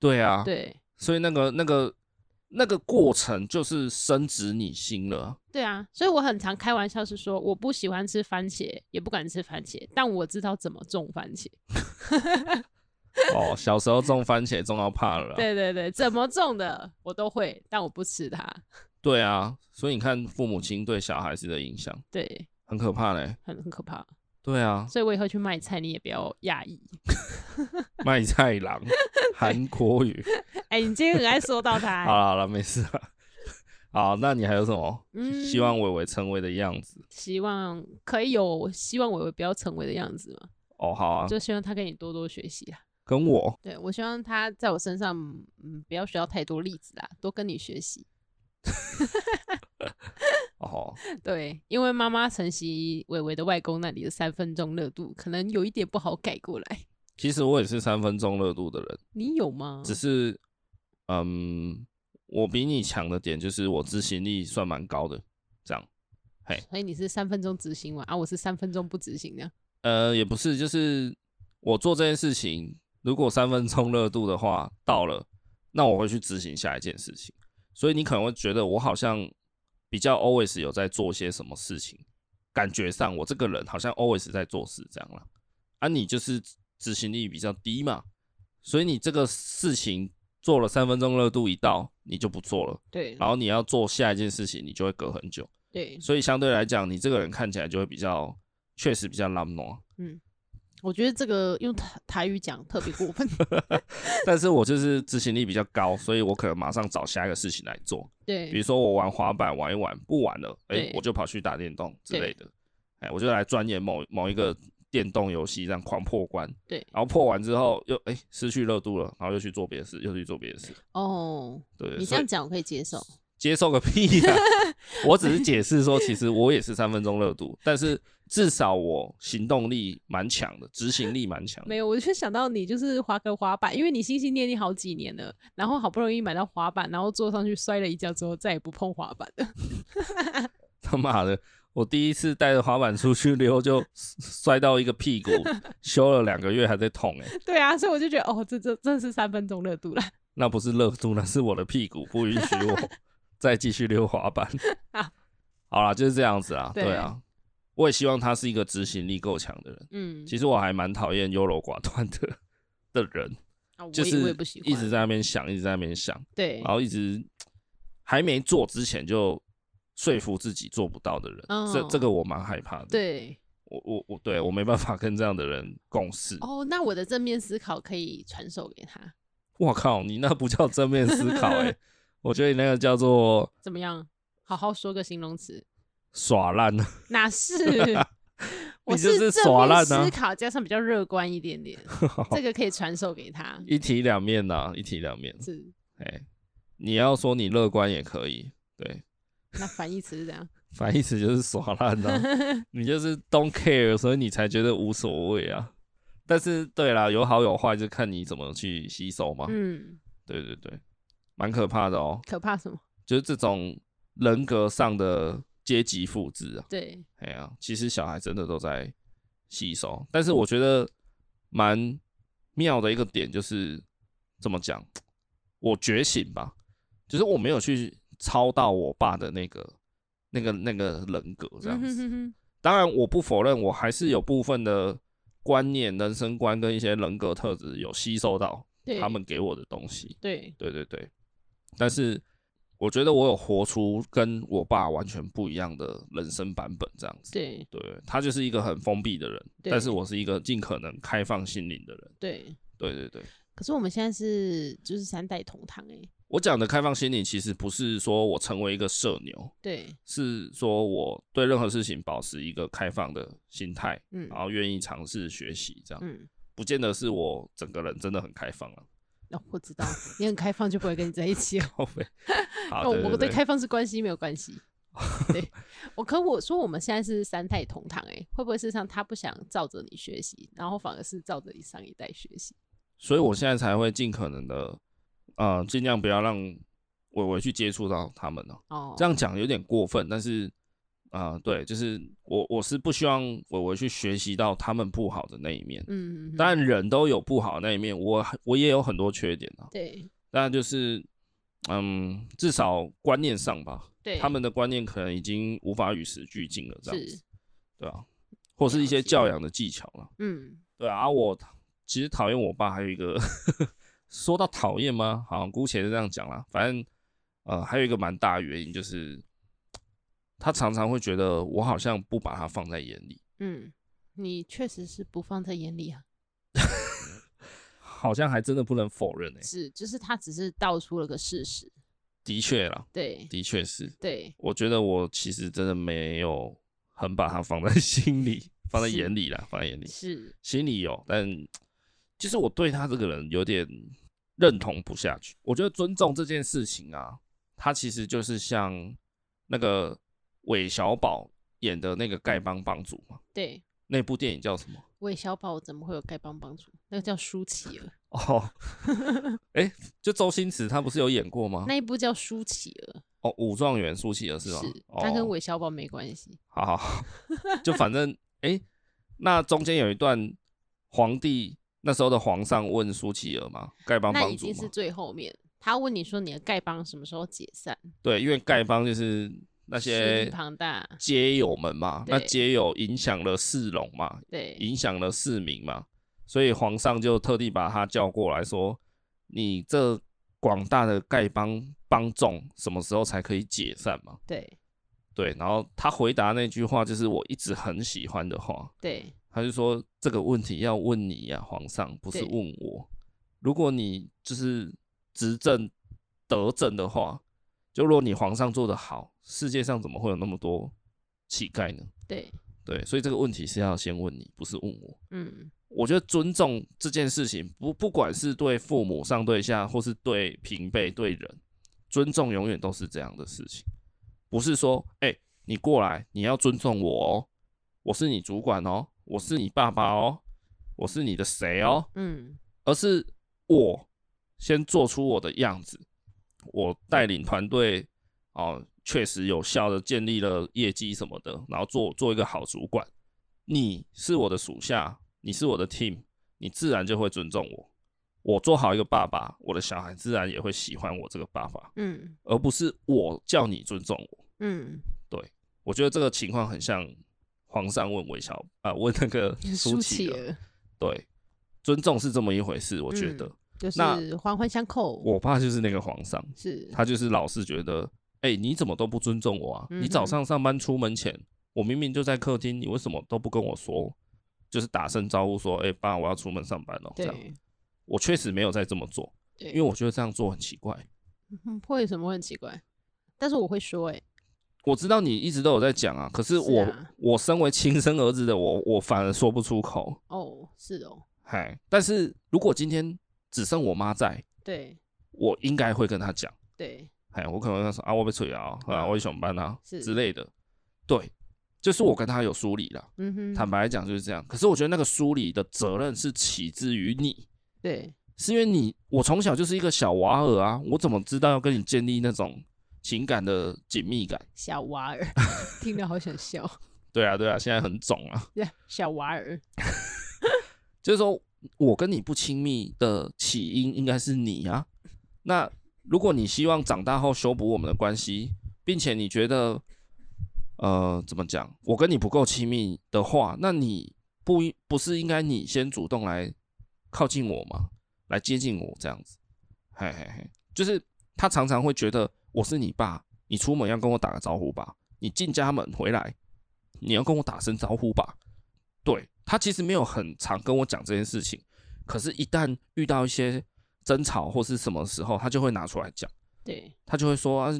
[SPEAKER 1] 对啊，
[SPEAKER 2] 对
[SPEAKER 1] 所以那个那个那个过程就是深植你心了。
[SPEAKER 2] 对啊，所以我很常开玩笑是说，我不喜欢吃番茄，也不敢吃番茄，但我知道怎么种番茄。
[SPEAKER 1] 哦，小时候种番茄种到怕了啦。
[SPEAKER 2] 对对对，怎么种的我都会，但我不吃它。
[SPEAKER 1] 对啊，所以你看父母亲对小孩子的影响
[SPEAKER 2] 对，
[SPEAKER 1] 很可怕嘞。
[SPEAKER 2] 很很可怕。
[SPEAKER 1] 对啊，
[SPEAKER 2] 所以我以后去卖菜，你也不要讶异。
[SPEAKER 1] 卖菜 郎，韩国语。
[SPEAKER 2] 哎、你今天很爱 说到它、
[SPEAKER 1] 好了好了，没事了。 好，那你还有什么、
[SPEAKER 2] 嗯
[SPEAKER 1] 希望伟伟成为的样子？
[SPEAKER 2] 希望可以有，希望我不要成为的样子嘛，
[SPEAKER 1] 哦，好啊，
[SPEAKER 2] 就希望他跟你多多学习啊。
[SPEAKER 1] 跟我
[SPEAKER 2] 对我希望他在我身上，嗯，不要学到太多例子啦，多跟你学习。
[SPEAKER 1] 哦，
[SPEAKER 2] 对，因为妈妈承袭伟伟的外公那里的三分钟热度，可能有一点不好改过来。
[SPEAKER 1] 其实我也是三分钟热度的人，
[SPEAKER 2] 你有吗？
[SPEAKER 1] 只是嗯，我比你强的点就是我执行力算蛮高的，这样。
[SPEAKER 2] 所以你是三分钟执行完啊，我是三分钟不执行的。
[SPEAKER 1] 呃，也不是，就是我做这件事情，如果三分钟热度的话到了，那我会去执行下一件事情。所以你可能会觉得我好像比较 always 有在做些什么事情，感觉上我这个人好像 always 在做事这样啦。啊，你就是执行力比较低嘛，所以你这个事情做了三分钟热度一到，你就不做了，
[SPEAKER 2] 对
[SPEAKER 1] 然后你要做下一件事情，你就会隔很久。
[SPEAKER 2] 对，
[SPEAKER 1] 所以相对来讲，你这个人看起来就会比较，确实比较啊懒惰。
[SPEAKER 2] 我觉得这个用台台语讲特别 过分。
[SPEAKER 1] 但是我就是执行力比较高，所以我可能马上找下一个事情来做。比
[SPEAKER 2] 对
[SPEAKER 1] 如说我玩滑板玩一玩，不玩了，哎、
[SPEAKER 2] 对
[SPEAKER 1] 我就跑去打电动之类的，哎、我就来钻研某某一个电动游戏，这样狂破关。
[SPEAKER 2] 对
[SPEAKER 1] 然后破完之后又哎、失去热度了，然后又去做别的事，又去做别的事。
[SPEAKER 2] 哦，
[SPEAKER 1] 对，
[SPEAKER 2] 你这
[SPEAKER 1] 所以
[SPEAKER 2] 样讲我可以接受。
[SPEAKER 1] 接受个屁呀、 我只是解释说，其实我也是三分钟热度，但是至少我行动力蛮强的，执行力蛮强的。
[SPEAKER 2] 没有，我就想到你就是滑个滑板，因为你心心念念好几年了，然后好不容易买到滑板，然后坐上去摔了一跤之后，再也不碰滑板了。
[SPEAKER 1] 他妈的，我第一次带着滑板出去溜，就摔到一个屁股，修了两个月还在痛哎、
[SPEAKER 2] 对啊，所以我就觉得哦，这这真的是三分钟热度啦。
[SPEAKER 1] 那不是热度，那是我的屁股不允许我 再继续溜滑板
[SPEAKER 2] 好。
[SPEAKER 1] 好啦，就是这样子啊，
[SPEAKER 2] 对
[SPEAKER 1] 对啊，我也希望他是一个执行力够强的人。
[SPEAKER 2] 嗯，
[SPEAKER 1] 其实我还蛮讨厌优柔寡断的的人，
[SPEAKER 2] 啊我
[SPEAKER 1] 就
[SPEAKER 2] 也我
[SPEAKER 1] 是
[SPEAKER 2] 也不喜欢，
[SPEAKER 1] 一直在那边想，一直在那边想，
[SPEAKER 2] 对
[SPEAKER 1] 然，后一直还没做之前就说服自己做不到的人，这
[SPEAKER 2] 哦
[SPEAKER 1] 这个我蛮害怕的。
[SPEAKER 2] 对
[SPEAKER 1] 我我我对我没办法跟这样的人共事。
[SPEAKER 2] 哦，那我的正面思考可以传授给他，
[SPEAKER 1] 我靠，你那不叫正欸面 思考哎、我觉得你那个叫做
[SPEAKER 2] 怎么样？好好说个形容词，
[SPEAKER 1] 耍烂啊了。
[SPEAKER 2] 哪是？我
[SPEAKER 1] 你就是
[SPEAKER 2] 正
[SPEAKER 1] 耍
[SPEAKER 2] 面
[SPEAKER 1] 烂啊
[SPEAKER 2] 思考加上比较乐观一点 点，这个可以传授给他。
[SPEAKER 1] 一体两面呐、一体两面。
[SPEAKER 2] 是，
[SPEAKER 1] 哎、你要说你乐观也可以，对，
[SPEAKER 2] 那反义词是这 样。
[SPEAKER 1] 反义词就是耍烂呐、 你就是 don't care，所以你才觉得无所谓啊。但是对啦，有好有坏，就看你怎么去吸收嘛。
[SPEAKER 2] 嗯，
[SPEAKER 1] 对对对，蛮可怕的哦，
[SPEAKER 2] 可怕什么？
[SPEAKER 1] 就是这种人格上的阶级复制啊。
[SPEAKER 2] 对，
[SPEAKER 1] 哎呀、其实小孩真的都在吸收，但
[SPEAKER 2] 嗯
[SPEAKER 1] 是我觉得蛮妙的一个点就是怎么讲，我觉醒吧，就是我没有去抄到我爸的那个、那个、那个人格 这样
[SPEAKER 2] 嗯哼
[SPEAKER 1] 子。
[SPEAKER 2] 哼哼
[SPEAKER 1] 当然，我不否认我还是有部分的观念、人生观跟一些人格特质有吸收到
[SPEAKER 2] 对，
[SPEAKER 1] 他们给我的东西。
[SPEAKER 2] 对，
[SPEAKER 1] 对对对，但是我觉得我有活出跟我爸完全不一样的人生版本这样子。
[SPEAKER 2] 对，
[SPEAKER 1] 对他就是一个很封闭的人，
[SPEAKER 2] 对
[SPEAKER 1] 但是我是一个尽可能开放心灵的人。
[SPEAKER 2] 对。
[SPEAKER 1] 对对对，
[SPEAKER 2] 可是我们现在是就是三代同堂哎、
[SPEAKER 1] 我讲的开放心灵其实不是说我成为一个社牛，
[SPEAKER 2] 对，
[SPEAKER 1] 是说我对任何事情保持一个开放的心态，
[SPEAKER 2] 嗯
[SPEAKER 1] 然后愿意尝试学习，这样、
[SPEAKER 2] 嗯，
[SPEAKER 1] 不见得是我整个人真的很开放啊。
[SPEAKER 2] 那、哦我知道，你很开放就不会跟你在一起了。
[SPEAKER 1] 靠背，好，
[SPEAKER 2] 那
[SPEAKER 1] 对
[SPEAKER 2] 哦我
[SPEAKER 1] 对对，
[SPEAKER 2] 对开放式关系没有 关系。对，我可我说我们现在是三代同堂、欸，会不会事实上他不想照着你学习，然后反而是照着你上一代学习？
[SPEAKER 1] 所以我现在才会尽可能的，呃，尽量不要让伟伟去接触到他们哦、
[SPEAKER 2] 哦，
[SPEAKER 1] 这样讲有点过分，但是啊、呃对，就是我我是不希望我我去学习到他们不好的那一面。
[SPEAKER 2] 嗯，嗯，嗯
[SPEAKER 1] 当然，人都有不好的那一面，我我也有很多缺点啊。
[SPEAKER 2] 对
[SPEAKER 1] 当然就是，嗯，至少观念上吧，
[SPEAKER 2] 对，
[SPEAKER 1] 他们的观念可能已经无法与时俱进了，这样
[SPEAKER 2] 是
[SPEAKER 1] 子，对啊，或是一些
[SPEAKER 2] 了解
[SPEAKER 1] 教养的技巧了。
[SPEAKER 2] 嗯
[SPEAKER 1] 对啊，啊我其实讨厌我爸还有一个， 说到讨厌吗？好，姑且是这样讲啦。反正呃，还有一个蛮大的原因就是，他常常会觉得我好像不把他放在眼里，
[SPEAKER 2] 嗯，你确实是不放在眼里啊，
[SPEAKER 1] 好像还真的不能否认欸诶、
[SPEAKER 2] 是就是他只是道出了个事实，
[SPEAKER 1] 的确啦，
[SPEAKER 2] 对
[SPEAKER 1] 的确是，
[SPEAKER 2] 对
[SPEAKER 1] 我觉得我其实真的没有很把他放在心里，放在
[SPEAKER 2] 是
[SPEAKER 1] 眼里啦，放在眼里，
[SPEAKER 2] 是，
[SPEAKER 1] 心里有，但就是我对他这个人有点认同不下去。我觉得尊重这件事情啊，他其实就是像那个韦小宝演的那个丐帮帮主嘛，
[SPEAKER 2] 对。
[SPEAKER 1] 那部电影叫什么？
[SPEAKER 2] 韦小宝怎么会有丐帮帮主？那个叫舒淇 儿，
[SPEAKER 1] 哦，哎、就周星驰他不是有演过吗
[SPEAKER 2] 那？一部叫舒淇儿，
[SPEAKER 1] 哦，武状元苏乞儿是吗？
[SPEAKER 2] 是
[SPEAKER 1] 哦
[SPEAKER 2] 他跟韦小宝没关系。
[SPEAKER 1] 好好好， 就反正哎、诶那中间有一段皇帝那时候的皇上问苏乞儿嘛，丐帮
[SPEAKER 2] 那
[SPEAKER 1] 帮
[SPEAKER 2] 已
[SPEAKER 1] 主
[SPEAKER 2] 经
[SPEAKER 1] 嘛
[SPEAKER 2] 是最后面。他问你说你的丐帮什么时候解散？
[SPEAKER 1] 对，因为丐帮就是那
[SPEAKER 2] 势力
[SPEAKER 1] 些
[SPEAKER 2] 庞大，
[SPEAKER 1] 街友们嘛，
[SPEAKER 2] 对
[SPEAKER 1] 那街友影响了市容嘛，
[SPEAKER 2] 对
[SPEAKER 1] 影响了市民嘛，所以皇上就特地把他叫过来说：“你这广大的丐帮帮众什么时候才可以解散嘛
[SPEAKER 2] 对？”
[SPEAKER 1] 对，然后他回答那句话就是我一直很喜欢的话，
[SPEAKER 2] 对
[SPEAKER 1] 他就说：“这个问题要问你呀、皇上，不是
[SPEAKER 2] 对
[SPEAKER 1] 问我。如果你就是执政得政的话，就如果你皇上做得好，世界上怎么会有那么多乞丐呢？
[SPEAKER 2] 对，
[SPEAKER 1] 对，所以这个问题是要先问你，不是问我。
[SPEAKER 2] 嗯，
[SPEAKER 1] 我觉得尊重这件事情，不不管是对父母、上对下，或是对平辈、对人，尊重永远都是这样的事情，不是说，哎、你过来，你要尊重我哦，我是你主管哦，我是你爸爸哦，我是你的谁哦，
[SPEAKER 2] 嗯，
[SPEAKER 1] 而是我先做出我的样子，我带
[SPEAKER 2] 嗯
[SPEAKER 1] 领团队哦，确实有效的建立了业绩什么的，然后做做一个好主管。你是我的属下，你是我的 team，你自然就会尊重我。我做好一个爸爸，我的小孩自然也会喜欢我这个爸爸，
[SPEAKER 2] 嗯，
[SPEAKER 1] 而不是我叫你尊重我。
[SPEAKER 2] 嗯，
[SPEAKER 1] 我觉得这个情况很像皇上问韦小啊、问那个 苏
[SPEAKER 2] 舒
[SPEAKER 1] 乞儿，
[SPEAKER 2] 儿
[SPEAKER 1] 对，尊重是这么一回事，我觉
[SPEAKER 2] 嗯
[SPEAKER 1] 得。
[SPEAKER 2] 就是
[SPEAKER 1] 那
[SPEAKER 2] 环环相扣，
[SPEAKER 1] 我爸就是那个皇上，
[SPEAKER 2] 是
[SPEAKER 1] 他就是老是觉得，哎、你怎么都不尊重我啊？
[SPEAKER 2] 嗯哼
[SPEAKER 1] 你早上上班出门前，我明明就在客厅，你为什么都不跟我说？就是打声招呼说，哎、爸，我要出门上班了。这样，
[SPEAKER 2] 对
[SPEAKER 1] 我确实没有在这么做，
[SPEAKER 2] 对，
[SPEAKER 1] 因为我觉得这样做很奇怪。
[SPEAKER 2] 嗯会有什么会很奇怪？但是我会说，哎，
[SPEAKER 1] 我知道你一直都有在讲啊，可是
[SPEAKER 2] 是
[SPEAKER 1] 我
[SPEAKER 2] 啊
[SPEAKER 1] 我身为亲生儿子的我，我反而说不出口。
[SPEAKER 2] 哦，是哦，
[SPEAKER 1] 嗨，但是如果今天只剩我妈在，
[SPEAKER 2] 对
[SPEAKER 1] 我应该会跟她讲，
[SPEAKER 2] 对，
[SPEAKER 1] 哎，我可能会跟她说啊，我被催啊，啊，我想班啊
[SPEAKER 2] 嗯是
[SPEAKER 1] 之类的。对，就是我跟她有梳理了。
[SPEAKER 2] 嗯哼，
[SPEAKER 1] 坦白讲就是这样。可是我觉得那个梳理的责任是起自于你，
[SPEAKER 2] 对
[SPEAKER 1] 是因为你我从小就是一个小娃儿啊，我怎么知道要跟你建立那种情感的紧密感？
[SPEAKER 2] 小 娃儿，听得好想笑，
[SPEAKER 1] 对啊，对啊，现在很肿啊。
[SPEAKER 2] 小娃儿，
[SPEAKER 1] 就是说我跟你不亲密的起因应该是你啊。那如果你希望长大后修补我们的关系，并且你觉得，呃，怎么讲，我跟你不够亲密的话，那你不应不是应该你先主动来靠近我吗？来接近我这样子，嘿嘿嘿，就是他常常会觉得我是你爸，你出门要跟我打个招呼吧，你进家门回来，你要跟我打声招呼吧，对他其实没有很常跟我讲这件事情，可是，一旦遇到一些争吵或是什么时候，他就会拿出来讲，
[SPEAKER 2] 对
[SPEAKER 1] 他就会说：“啊，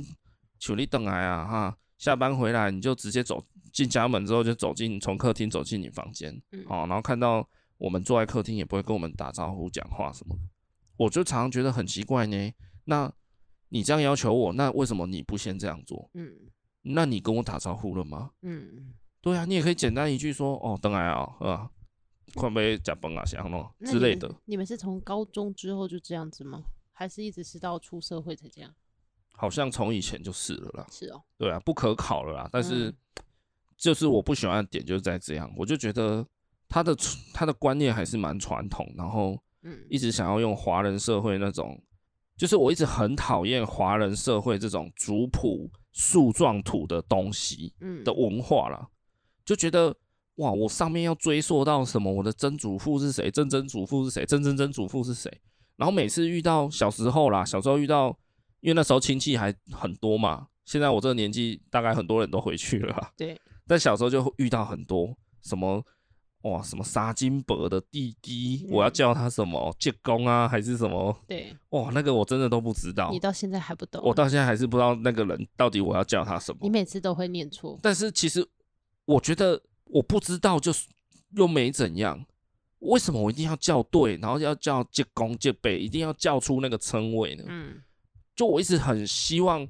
[SPEAKER 1] 求你等来啊，哈，下班回来你就直接走进家门之后就走进从客厅走进你房间，
[SPEAKER 2] 嗯
[SPEAKER 1] 哦，然后看到我们坐在客厅也不会跟我们打招呼讲话什么的，我就常常觉得很奇怪呢。那你这样要求我，那为什么你不先这样做？
[SPEAKER 2] 嗯
[SPEAKER 1] 那你跟我打招呼了吗？”
[SPEAKER 2] 嗯，
[SPEAKER 1] 对啊，你也可以简单一句说哦，等来啊，啊，快被假崩啊，想咯
[SPEAKER 2] 那
[SPEAKER 1] 之
[SPEAKER 2] 你
[SPEAKER 1] 类
[SPEAKER 2] 们
[SPEAKER 1] 的。。
[SPEAKER 2] 你们是从高中之后就这样子吗？还是一直是到出社会才这样？
[SPEAKER 1] 好像从以前就是了啦，
[SPEAKER 2] 是哦，
[SPEAKER 1] 对啊，不可考了啦。但是、
[SPEAKER 2] 嗯
[SPEAKER 1] 就是我不喜欢的点就是在这样，我就觉得他的他的观念还是蛮传统，然后
[SPEAKER 2] 嗯
[SPEAKER 1] 一直想要用华人社会那种，就是我一直很讨厌华人社会这种族谱树状图的东西。
[SPEAKER 2] 嗯
[SPEAKER 1] 的文化啦，就觉得哇，我上面要追溯到什么，我的曾祖父是谁，曾曾祖父是谁，曾曾曾祖父是谁。然后每次遇到小时候啦，小时候遇到，因为那时候亲戚还很多嘛，现在我这个年纪，大概很多人都回去了啦。
[SPEAKER 2] 对，
[SPEAKER 1] 但小时候就遇到很多什么。哇，什么沙金伯的弟弟，
[SPEAKER 2] 嗯
[SPEAKER 1] 我要叫他什么借公啊，还是什么？
[SPEAKER 2] 对，
[SPEAKER 1] 哇，那个我真的都不知道
[SPEAKER 2] 你，到现在还不懂，
[SPEAKER 1] 我到现在还是不知道那个人到底我要叫他什么。
[SPEAKER 2] 你每次都会念错，
[SPEAKER 1] 但是其实我觉得我不知道，就是又没怎样。为什么我一定要叫对，然后要叫借公借北，一定要叫出那个称谓呢？
[SPEAKER 2] 嗯
[SPEAKER 1] 就我一直很希望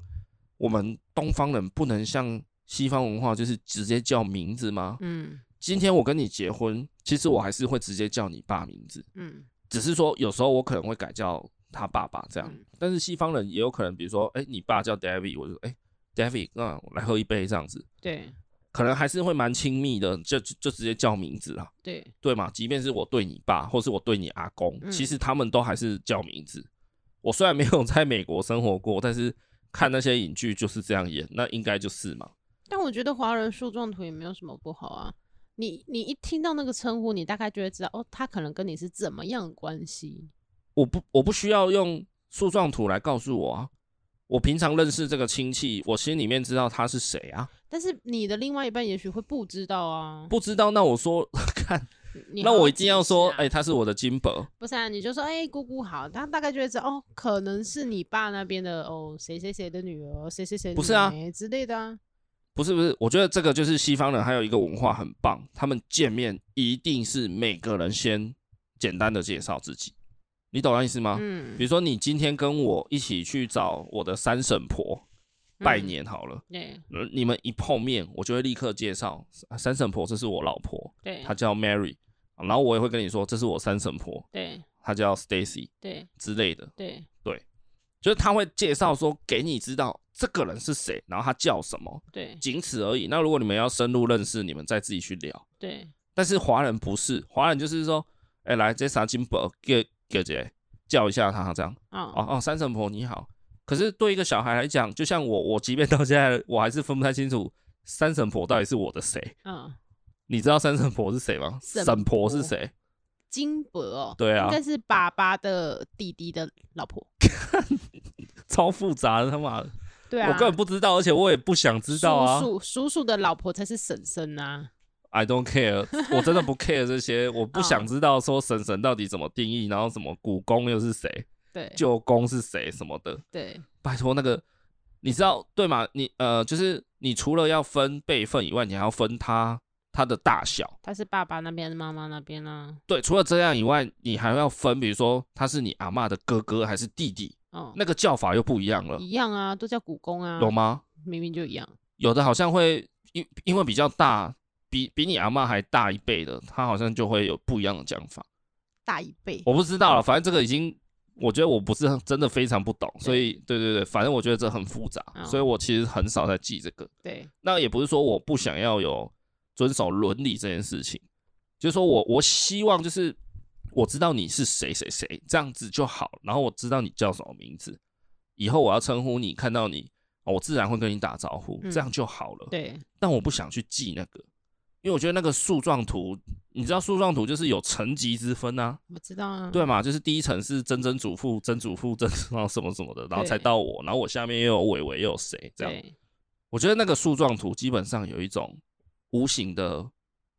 [SPEAKER 1] 我们东方人不能像西方文化，就是直接叫名字吗？
[SPEAKER 2] 嗯
[SPEAKER 1] 今天我跟你结婚，其实我还是会直接叫你爸名字，
[SPEAKER 2] 嗯
[SPEAKER 1] 只是说有时候我可能会改叫他爸爸这样。
[SPEAKER 2] 嗯
[SPEAKER 1] 但是西方人也有可能，比如说，哎、你爸叫 David，我就哎、David，那我来喝一杯这样子。
[SPEAKER 2] 对
[SPEAKER 1] 可能还是会蛮亲密的，就就就直接叫名字啦，
[SPEAKER 2] 对
[SPEAKER 1] 对吗？即便是我对你爸，或是我对你阿公，
[SPEAKER 2] 嗯
[SPEAKER 1] 其实他们都还是叫名字。我虽然没有在美国生活过，但是看那些影剧就是这样演，那应该就是嘛。
[SPEAKER 2] 但我觉得华人树状图也没有什么不好啊。你你一听到那个称呼，你大概就会知道哦，他可能跟你是怎么样的关系。
[SPEAKER 1] 我不我不需要用树状图来告诉我啊，我平常认识这个亲戚，我心里面知道他是谁啊，
[SPEAKER 2] 但是你的另外一半也许会不知道啊。
[SPEAKER 1] 不知道那我说看，
[SPEAKER 2] 你
[SPEAKER 1] 那
[SPEAKER 2] 还
[SPEAKER 1] 我一
[SPEAKER 2] 解
[SPEAKER 1] 定要说，
[SPEAKER 2] 释啊
[SPEAKER 1] 哎、他是我的金伯，
[SPEAKER 2] 不是啊，你就说，哎、姑姑好，他大概就会知道，哦，可能是你爸那边的，哦，谁谁谁的女儿，谁谁谁的
[SPEAKER 1] 不是啊
[SPEAKER 2] 女儿之类的啊，
[SPEAKER 1] 不是不是，我觉得这个就是西方人还有一个文化很棒，他们见面一定是每个人先简单的介绍自己，你懂那意思吗？
[SPEAKER 2] 嗯
[SPEAKER 1] 啊比，如说你今天跟我一起去找我的三婶婆拜
[SPEAKER 2] 嗯，
[SPEAKER 1] 年好了，
[SPEAKER 2] 对
[SPEAKER 1] 呃你们一碰面，我就会立刻介绍啊三婶婆，这是我老婆，
[SPEAKER 2] 对，
[SPEAKER 1] 她叫 Mary，然后我也会跟你说这是我三婶婆，
[SPEAKER 2] 对
[SPEAKER 1] 她叫 Stacy
[SPEAKER 2] 对
[SPEAKER 1] 之类的，
[SPEAKER 2] 对
[SPEAKER 1] 就是他会介绍说给你知道这个人是谁，然后他叫什么。
[SPEAKER 2] 对
[SPEAKER 1] 仅此而已。那如果你们要深入认识，你们再自己去聊。
[SPEAKER 2] 对，
[SPEAKER 1] 但是华人不是，华人就是说，哎、来这啥金伯给给姐叫一下他这样。
[SPEAKER 2] 啊，
[SPEAKER 1] 哦哦，三婶婆你好。可是对一个小孩来讲，就像我，我即便到现在，我还是分不太清楚三婶婆到底是我的谁。
[SPEAKER 2] 嗯，
[SPEAKER 1] 你知道三婶婆是谁吗？
[SPEAKER 2] 婶
[SPEAKER 1] 婶婆
[SPEAKER 2] 婆
[SPEAKER 1] 是谁？
[SPEAKER 2] 金伯哦，
[SPEAKER 1] 对啊
[SPEAKER 2] 应该是爸爸的弟弟的老婆，
[SPEAKER 1] 超复杂的，他妈的，
[SPEAKER 2] 对啊，
[SPEAKER 1] 我根本不知道，而且我也不想知道啊。
[SPEAKER 2] 叔叔叔叔的老婆才是婶婶啊，
[SPEAKER 1] I don't care，我真的不 care 这些，我
[SPEAKER 2] 嗯
[SPEAKER 1] 不想知道说婶婶到底怎么定义，然后什么古公又是谁。
[SPEAKER 2] 对，
[SPEAKER 1] 舅公是谁什么的，
[SPEAKER 2] 对
[SPEAKER 1] 拜托那个你知道对吗？你呃，就是你除了要分辈分以外，你还要分它它的大小。
[SPEAKER 2] 他是爸爸那边，妈妈那边啊，
[SPEAKER 1] 对，除了这样以外，你还要分，比如说他是你阿嬷的哥哥还是弟弟，
[SPEAKER 2] 哦，
[SPEAKER 1] 那个叫法又不一样了，
[SPEAKER 2] 一样啊，都叫古公啊，
[SPEAKER 1] 有吗？
[SPEAKER 2] 明明就一样。
[SPEAKER 1] 有的好像会因因为比较大，比比你阿嬷还大一辈的，他好像就会有不一样的讲法。
[SPEAKER 2] 大一倍，
[SPEAKER 1] 我不知道了，反正这个已经，我觉得我不是很真的非常不懂，所以对对对，反正我觉得这很复杂，
[SPEAKER 2] 嗯
[SPEAKER 1] 所以我其实很少在记这个。
[SPEAKER 2] 对，
[SPEAKER 1] 那也不是说我不想要有遵守伦理这件事情，就是说我我希望就是我知道你是谁谁谁这样子就好，然后我知道你叫什么名字，以后我要称呼你，看到你，哦我自然会跟你打招呼，
[SPEAKER 2] 嗯
[SPEAKER 1] 这样就好了。
[SPEAKER 2] 对，
[SPEAKER 1] 但我不想去记那个，因为我觉得那个树状图，你知道树状图就是有层级之分啊。
[SPEAKER 2] 我知道啊。
[SPEAKER 1] 对嘛，就是第一层是曾曾祖父、曾祖父、曾然后什么什么的，然后
[SPEAKER 2] 对
[SPEAKER 1] 才到我，然后我下面又有伟伟，又有谁这样。
[SPEAKER 2] 对，
[SPEAKER 1] 我觉得那个树状图基本上有一种无形的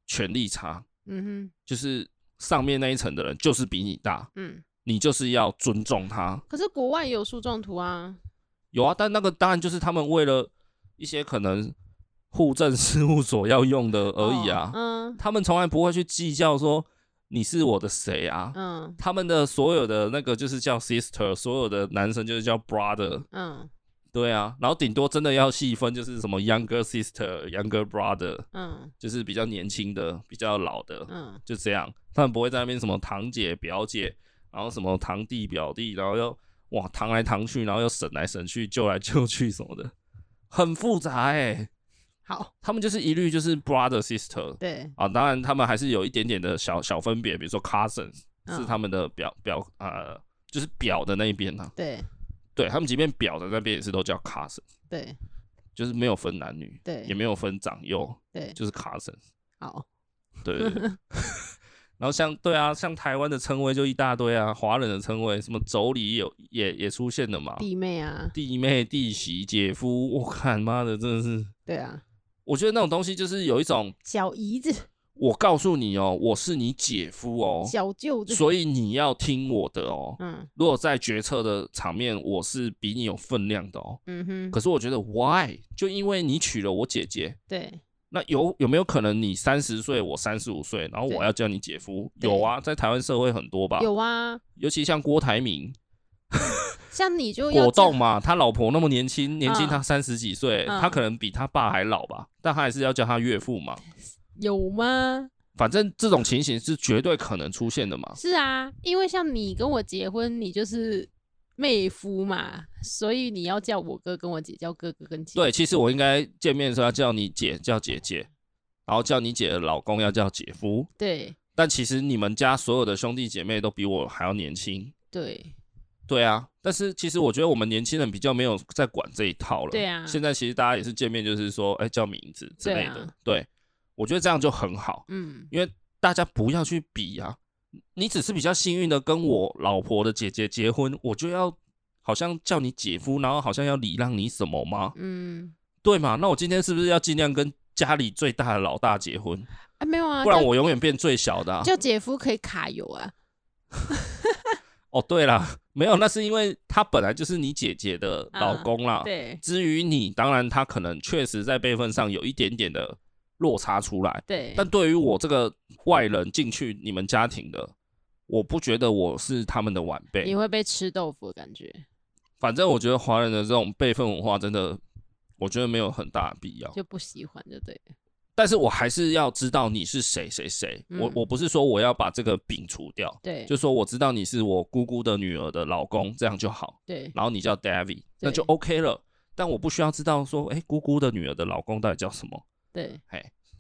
[SPEAKER 1] 权力差，
[SPEAKER 2] 嗯哼，
[SPEAKER 1] 就是上面那一层的人就是比你大，
[SPEAKER 2] 嗯。
[SPEAKER 1] 你就是要尊重他。
[SPEAKER 2] 可是国外也有树状图啊，
[SPEAKER 1] 有啊，但那个当然就是他们为了一些可能户政事务所要用的而已啊，
[SPEAKER 2] 哦
[SPEAKER 1] 他们从来不会去计较说你是我的谁啊，
[SPEAKER 2] 嗯
[SPEAKER 1] 他们的所有的那个就是叫 sister，所有的男生就是叫 brother，
[SPEAKER 2] 嗯
[SPEAKER 1] 对啊，然后顶多真的要细分就是什么 younger sister、younger brother，
[SPEAKER 2] 嗯
[SPEAKER 1] 就是比较年轻的、比较老的，
[SPEAKER 2] 嗯
[SPEAKER 1] 就这样。他们不会在那边什么堂姐、表姐，然后什么堂弟、表弟，然后又哇堂来堂去，然后又省来省去、救来救去什么的，很复杂哎、
[SPEAKER 2] 好，
[SPEAKER 1] 他们就是一律就是 brother sister，
[SPEAKER 2] 对，
[SPEAKER 1] 啊，当然他们还是有一点点的小小分别，比如说 cousins
[SPEAKER 2] 嗯
[SPEAKER 1] 是他们的表表呃，就是表的那一边呢、啊，
[SPEAKER 2] 对
[SPEAKER 1] 对他们即便表的那边也是都叫 cousin，
[SPEAKER 2] 对
[SPEAKER 1] 就是没有分男女，
[SPEAKER 2] 对
[SPEAKER 1] 也没有分长幼，
[SPEAKER 2] 对，
[SPEAKER 1] 就是 cousin，
[SPEAKER 2] 好，
[SPEAKER 1] 对对对。然后像对啊，像台湾的称谓就一大堆啊，华人的称谓什么妯娌也有也也出现了嘛，
[SPEAKER 2] 弟妹啊，
[SPEAKER 1] 弟妹、弟媳、姐夫，我看妈的真的是，
[SPEAKER 2] 对啊，
[SPEAKER 1] 我觉得那种东西就是有一种，
[SPEAKER 2] 小姨子、
[SPEAKER 1] 我告诉你哦，我是你姐夫哦，
[SPEAKER 2] 小舅子，
[SPEAKER 1] 所以你要听我的哦。
[SPEAKER 2] 嗯
[SPEAKER 1] 如果在决策的场面，我是比你有分量的哦。
[SPEAKER 2] 嗯哼，
[SPEAKER 1] 可是我觉得，why？就因为你娶了我姐姐，
[SPEAKER 2] 对
[SPEAKER 1] 那有有没有可能你三十岁，我三十五岁，然后我
[SPEAKER 2] 对
[SPEAKER 1] 要叫你姐夫？
[SPEAKER 2] 对
[SPEAKER 1] 有啊，在台湾社会很多吧，
[SPEAKER 2] 有啊，
[SPEAKER 1] 尤其像郭台铭、
[SPEAKER 2] 像你就要
[SPEAKER 1] 果冻
[SPEAKER 2] 叫
[SPEAKER 1] 嘛，他老婆那么年轻，年轻
[SPEAKER 2] 嗯
[SPEAKER 1] 他三十几岁，
[SPEAKER 2] 嗯
[SPEAKER 1] 他可能比他爸还老吧，但他还是要叫他岳父嘛。
[SPEAKER 2] 有吗？
[SPEAKER 1] 反正这种情形是绝对可能出现的嘛。
[SPEAKER 2] 是啊，因为像你跟我结婚，你就是妹夫嘛，所以你要叫我哥跟我姐，叫哥哥跟姐，
[SPEAKER 1] 对，其实我应该见面的时候要叫你姐叫姐姐，然后叫你姐的老公要叫姐夫。
[SPEAKER 2] 对
[SPEAKER 1] 但其实你们家所有的兄弟姐妹都比我还要年轻，
[SPEAKER 2] 对
[SPEAKER 1] 对啊。但是其实我觉得我们年轻人比较没有在管这一套了。
[SPEAKER 2] 对啊
[SPEAKER 1] 现在其实大家也是见面就是说，哎、叫名字之类的。
[SPEAKER 2] 对啊
[SPEAKER 1] 对，我觉得这样就很好，
[SPEAKER 2] 嗯
[SPEAKER 1] 因为大家不要去比啊。你只是比较幸运的跟我老婆的姐姐结婚，我就要好像叫你姐夫，然后好像要礼让你什么吗？
[SPEAKER 2] 嗯，
[SPEAKER 1] 对嘛？那我今天是不是要尽量跟家里最大的老大结婚？
[SPEAKER 2] 啊没有啊，
[SPEAKER 1] 不然
[SPEAKER 2] 叫
[SPEAKER 1] 我永远变最小的、啊。
[SPEAKER 2] 叫姐夫可以卡油啊，
[SPEAKER 1] 哦，对啦，没有，那是因为他本来就是你姐姐的老公啦。
[SPEAKER 2] 啊对
[SPEAKER 1] 至于你，当然他可能确实在辈分上有一点点的落差出来，
[SPEAKER 2] 对，
[SPEAKER 1] 但对于我这个外人进去你们家庭的，我不觉得我是他们的晚
[SPEAKER 2] 你
[SPEAKER 1] 辈。
[SPEAKER 2] 会被吃豆腐的感觉，
[SPEAKER 1] 反正我觉得华人的这种辈分文化真的，我觉得没有很大的必要。
[SPEAKER 2] 就不喜欢，就对了，
[SPEAKER 1] 但是我还是要知道你是谁谁谁。
[SPEAKER 2] 嗯
[SPEAKER 1] 我我不是说我要把这个摒除掉，
[SPEAKER 2] 对，
[SPEAKER 1] 就说我知道你是我姑姑的女儿的老公，这样就好。
[SPEAKER 2] 对
[SPEAKER 1] 然后你叫 David，那就
[SPEAKER 2] 对
[SPEAKER 1] OK 了。但我不需要知道说，哎、姑姑的女儿的老公到底叫什么？
[SPEAKER 2] 对，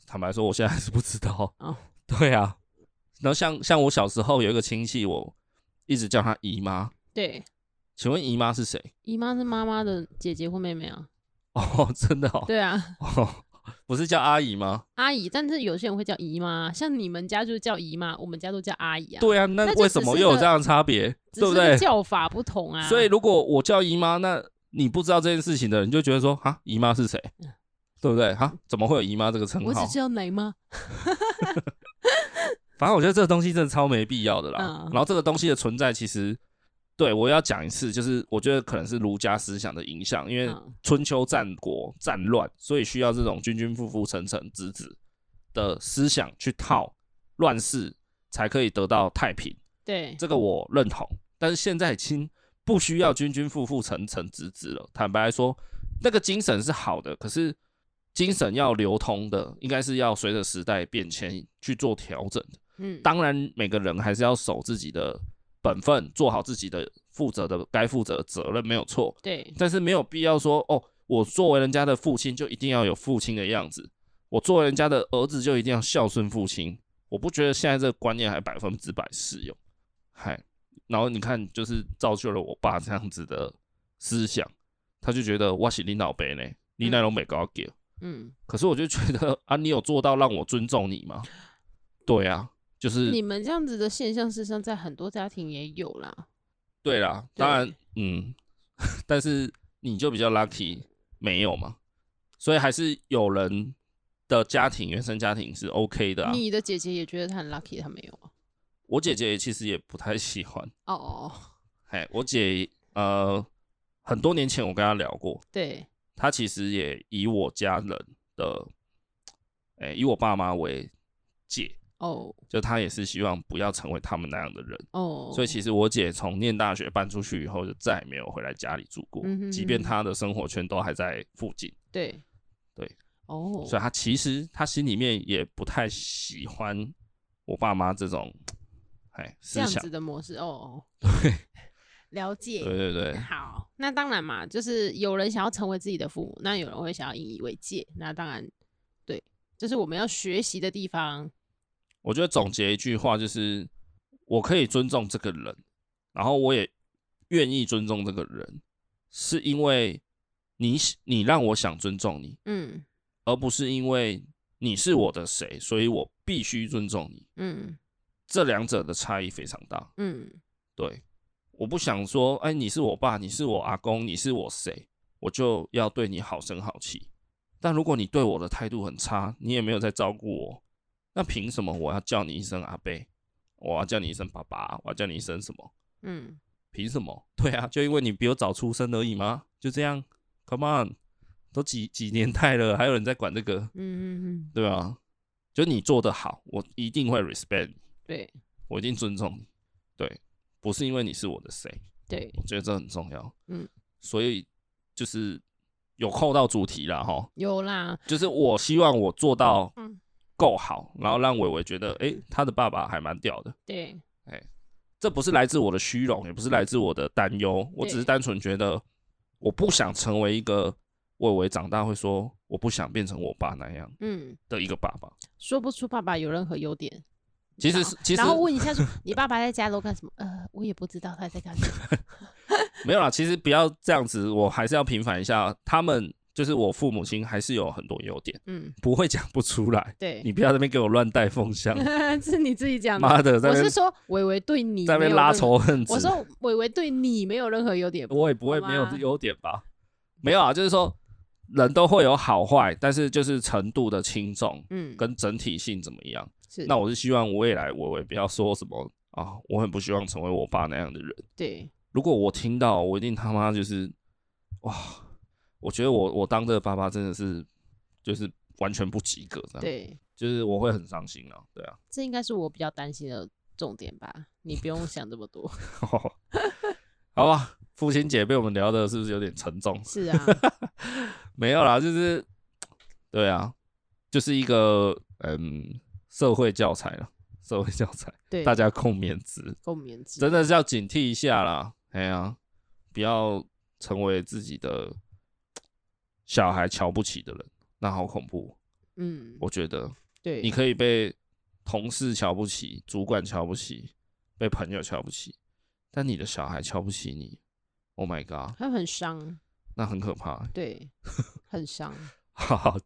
[SPEAKER 1] 坦白说，我现在还是不知道。
[SPEAKER 2] 哦，
[SPEAKER 1] 对啊。然后像像我小时候有一个亲戚，我一直叫她姨妈。
[SPEAKER 2] 对，
[SPEAKER 1] 请问姨妈是谁？
[SPEAKER 2] 姨妈是妈妈的姐姐或妹妹啊，
[SPEAKER 1] 哦，真的哦，
[SPEAKER 2] 对啊，
[SPEAKER 1] 哦，不是叫阿姨吗？
[SPEAKER 2] 阿姨，但是有些人会叫姨妈，啊像你们家就是叫姨妈，我们家都叫阿姨啊，
[SPEAKER 1] 对啊，那
[SPEAKER 2] 那就
[SPEAKER 1] 为什么又有这样的差别？
[SPEAKER 2] 只
[SPEAKER 1] 对不
[SPEAKER 2] 是
[SPEAKER 1] 对？
[SPEAKER 2] 叫法不同啊，
[SPEAKER 1] 所以如果我叫姨妈，那你不知道这件事情的人就觉得说，哈，姨妈是谁？对不对？哈，怎么会有姨妈这个称
[SPEAKER 2] 嗯我只
[SPEAKER 1] 号？
[SPEAKER 2] 知道奶妈，
[SPEAKER 1] 反正我觉得这个东西真的超没必要的啦。
[SPEAKER 2] 嗯
[SPEAKER 1] 然后这个东西的存在，其实对我要讲一次，就是我觉得可能是儒家思想的影响，因为
[SPEAKER 2] 嗯
[SPEAKER 1] 春秋战国战乱，所以需要这种君君父父臣臣子子的思想去套乱世，才可以得到太平。
[SPEAKER 2] 对，
[SPEAKER 1] 这个我认同。但是现在已经不需要君君父父臣臣子子了。坦白来说，那个精神是好的，可是精神要流通的，应该是要随着时代变迁去做调整的。
[SPEAKER 2] 嗯，
[SPEAKER 1] 当然，每个人还是要守自己的本分，做好自己的负责的该负责的责任，没有错。
[SPEAKER 2] 对，
[SPEAKER 1] 但是没有必要说哦，我作为人家的父亲就一定要有父亲的样子，我作为人家的儿子就一定要孝顺父亲。我不觉得现在这个观念还百分之百适用，嗨，然后你看，就是造就了我爸这样子的思想，他就觉得我是你老辈呢，你那种美高给。
[SPEAKER 2] 嗯，
[SPEAKER 1] 可是我就觉得啊，你有做到让我尊重你吗？对啊，就是
[SPEAKER 2] 你们这样子的现象，事实上在很多家庭也有啦。
[SPEAKER 1] 对啦，
[SPEAKER 2] 对
[SPEAKER 1] 当然，嗯，但是你就比较 lucky，没有嘛，所以还是有人的家庭原生家庭是 OK 的啊。
[SPEAKER 2] 你的姐姐也觉得她很 lucky，她没有啊。
[SPEAKER 1] 我姐姐其实也不太喜欢，
[SPEAKER 2] 哦哦，哦
[SPEAKER 1] 哎，我姐呃，很多年前我跟她聊过，
[SPEAKER 2] 对，
[SPEAKER 1] 她其实也以我家人的，哎，以我爸妈为界，
[SPEAKER 2] 哦
[SPEAKER 1] 就她也是希望不要成为他们那样的人。
[SPEAKER 2] 哦，
[SPEAKER 1] 所以其实我姐从念大学搬出去以后，就再也没有回来家里住过
[SPEAKER 2] 嗯哼哼，
[SPEAKER 1] 即便她的生活圈都还在附近，
[SPEAKER 2] 对
[SPEAKER 1] 对，
[SPEAKER 2] 哦，
[SPEAKER 1] 所以她其实她心里面也不太喜欢我爸妈这种，哎，
[SPEAKER 2] 这
[SPEAKER 1] 思
[SPEAKER 2] 样
[SPEAKER 1] 想
[SPEAKER 2] 子，的模式，哦 哦， 了解
[SPEAKER 1] 对。对对，
[SPEAKER 2] 好，那当然嘛，就是有人想要成为自己的父母，那有人会想要引以为戒，那当然对，这是我们要学习的地方。
[SPEAKER 1] 我觉得总结一句话就是，我可以尊重这个人，然后我也愿意尊重这个人，是因为你你让我想尊重你，
[SPEAKER 2] 嗯
[SPEAKER 1] 而不是因为你是我的谁，所以我必须尊重你。
[SPEAKER 2] 嗯
[SPEAKER 1] 这两者的差异非常大。
[SPEAKER 2] 嗯，
[SPEAKER 1] 对，我不想说，哎，你是我爸，你是我阿公，你是我谁，我就要对你好声好气。但如果你对我的态度很差，你也没有在照顾我，那凭什么我要叫你一声阿贝，我要叫你一声爸爸，我要叫你一声什么？
[SPEAKER 2] 嗯，
[SPEAKER 1] 凭什么？ 对啊，就因为你比我早出生而已吗？就这样，Come on，都几几年代了，还有人在管这个，
[SPEAKER 2] 嗯嗯嗯，
[SPEAKER 1] 对啊，就你做得好，我一定会 respect 你。
[SPEAKER 2] 对
[SPEAKER 1] 我一定尊重你，对，不是因为你是我的谁，
[SPEAKER 2] 对，
[SPEAKER 1] 我觉得这很重要，
[SPEAKER 2] 嗯，
[SPEAKER 1] 所以就是有扣到主题啦，哈，
[SPEAKER 2] 有啦，
[SPEAKER 1] 就是我希望我做到
[SPEAKER 2] 嗯
[SPEAKER 1] 够好，然后让伟伟觉得，诶，他的爸爸还蛮屌的，
[SPEAKER 2] 对
[SPEAKER 1] 这不是来自我的虚荣，也不是来自我的担忧，我只是单纯觉得我不想成为一个伟伟长大会说我不想变成我爸那样
[SPEAKER 2] 嗯，
[SPEAKER 1] 的一个爸爸，
[SPEAKER 2] 说不出爸爸有任何优点。
[SPEAKER 1] 其实
[SPEAKER 2] 然后
[SPEAKER 1] 是其实
[SPEAKER 2] 然后问一下说，你爸爸在家都干什么？呃，我也不知道他在干什么。
[SPEAKER 1] 没有啦，其实不要这样子，我还是要平反一下，他们就是我父母亲还是有很多优点，
[SPEAKER 2] 嗯，
[SPEAKER 1] 不会讲不出来。
[SPEAKER 2] 对，
[SPEAKER 1] 你不要在那边给我乱带风向，
[SPEAKER 2] 是你自己讲的。
[SPEAKER 1] 妈的，在
[SPEAKER 2] 我
[SPEAKER 1] 那
[SPEAKER 2] 是
[SPEAKER 1] 边
[SPEAKER 2] 说，伟伟对你
[SPEAKER 1] 在那
[SPEAKER 2] 没
[SPEAKER 1] 边
[SPEAKER 2] 有
[SPEAKER 1] 拉
[SPEAKER 2] 任何
[SPEAKER 1] 仇恨值。
[SPEAKER 2] 我说伟伟对你没有任何优点，
[SPEAKER 1] 我也不会
[SPEAKER 2] 好吧
[SPEAKER 1] 没有优点吧？没有啊，就是说人都会有好坏，但是就是程度的轻重
[SPEAKER 2] 嗯，
[SPEAKER 1] 跟整体性怎么样。
[SPEAKER 2] 是
[SPEAKER 1] 那我是希望未来我也不要说什么啊，我很不希望成为我爸那样的人。
[SPEAKER 2] 对，
[SPEAKER 1] 如果我听到，我一定他妈就是哇！我觉得我我当这个爸爸真的是就是完全不及格，这样，
[SPEAKER 2] 对，
[SPEAKER 1] 就是我会很伤心啊，对啊，
[SPEAKER 2] 这应该是我比较担心的重点吧。你 不用想这么多。
[SPEAKER 1] 好吧，父亲节被我们聊的是不是有点沉重？
[SPEAKER 2] 是啊，
[SPEAKER 1] 没有啦，就是对啊，就是一个嗯社会教材了，社会教材，
[SPEAKER 2] 对，
[SPEAKER 1] 大家共勉之，
[SPEAKER 2] 共勉之。
[SPEAKER 1] 真的是要警惕一下啦，哎呀、不要成为自己的小孩瞧不起的人，那好恐怖。
[SPEAKER 2] 嗯，
[SPEAKER 1] 我觉得
[SPEAKER 2] 对，
[SPEAKER 1] 你可以被同事瞧不起，主管瞧不起，被朋友瞧不起，但你的小孩瞧不起你，Oh my god，
[SPEAKER 2] 他很伤，
[SPEAKER 1] 那很可怕欸。
[SPEAKER 2] 对，很伤。
[SPEAKER 1] 好好，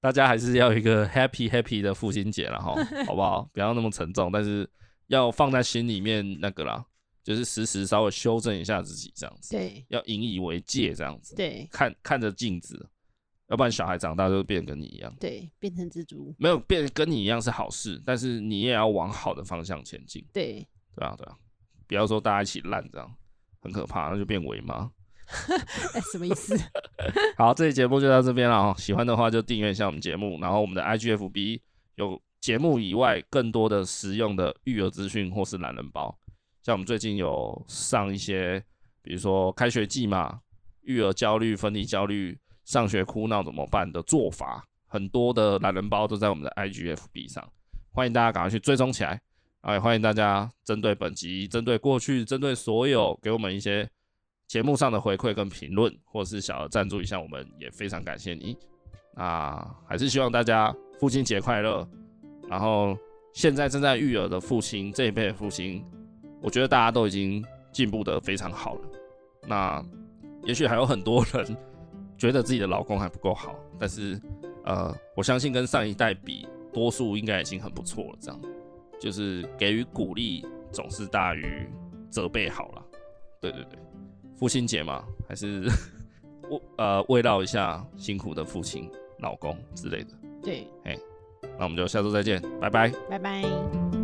[SPEAKER 1] 大家还是要有一个 happy happy 的父亲节了哈，好不好？不要那么沉重，但是要放在心里面那个啦，就是时时稍微修正一下自己这样子。
[SPEAKER 2] 对
[SPEAKER 1] 要引以为戒，这样子，
[SPEAKER 2] 对
[SPEAKER 1] 看看着镜子，要不然小孩长大就变跟你一样，
[SPEAKER 2] 对，变成蜘蛛。
[SPEAKER 1] 没有变跟你一样是好事，但是你也要往好的方向前进，
[SPEAKER 2] 对
[SPEAKER 1] 对啊，对啊，不要说大家一起烂这样，很可怕，那就变伪妈。
[SPEAKER 2] 哎，什么意思？
[SPEAKER 1] 好，这期节目就到这边了哦。喜欢的话就订阅一下我们节目，然后我们的 IGFB 有节目以外更多的实用的育儿资讯或是懒人包，像我们最近有上一些，比如说开学季嘛，育儿焦虑、分离焦虑、上学哭闹怎么办的做法，很多的懒人包都在我们的 IGFB 上，欢迎大家赶快去追踪起来。哎，欢迎大家针对本集、针对过去、针对所有，给我们一些节目上的回馈跟评论，或是小额赞助一下，我们也非常感谢你。那还是希望大家父亲节快乐。然后现在正在育儿的父亲，这一辈的父亲，我觉得大家都已经进步得非常好了。那也许还有很多人觉得自己的老公还不够好，但是呃，我相信跟上一代比，多数应该已经很不错了。这样就是给予鼓励总是大于责备好了。对对对。父亲节嘛，还是 我呃慰劳一下辛苦的父亲、老公之类的。
[SPEAKER 2] 对，
[SPEAKER 1] 那我们就下周再见，拜拜。
[SPEAKER 2] 拜拜。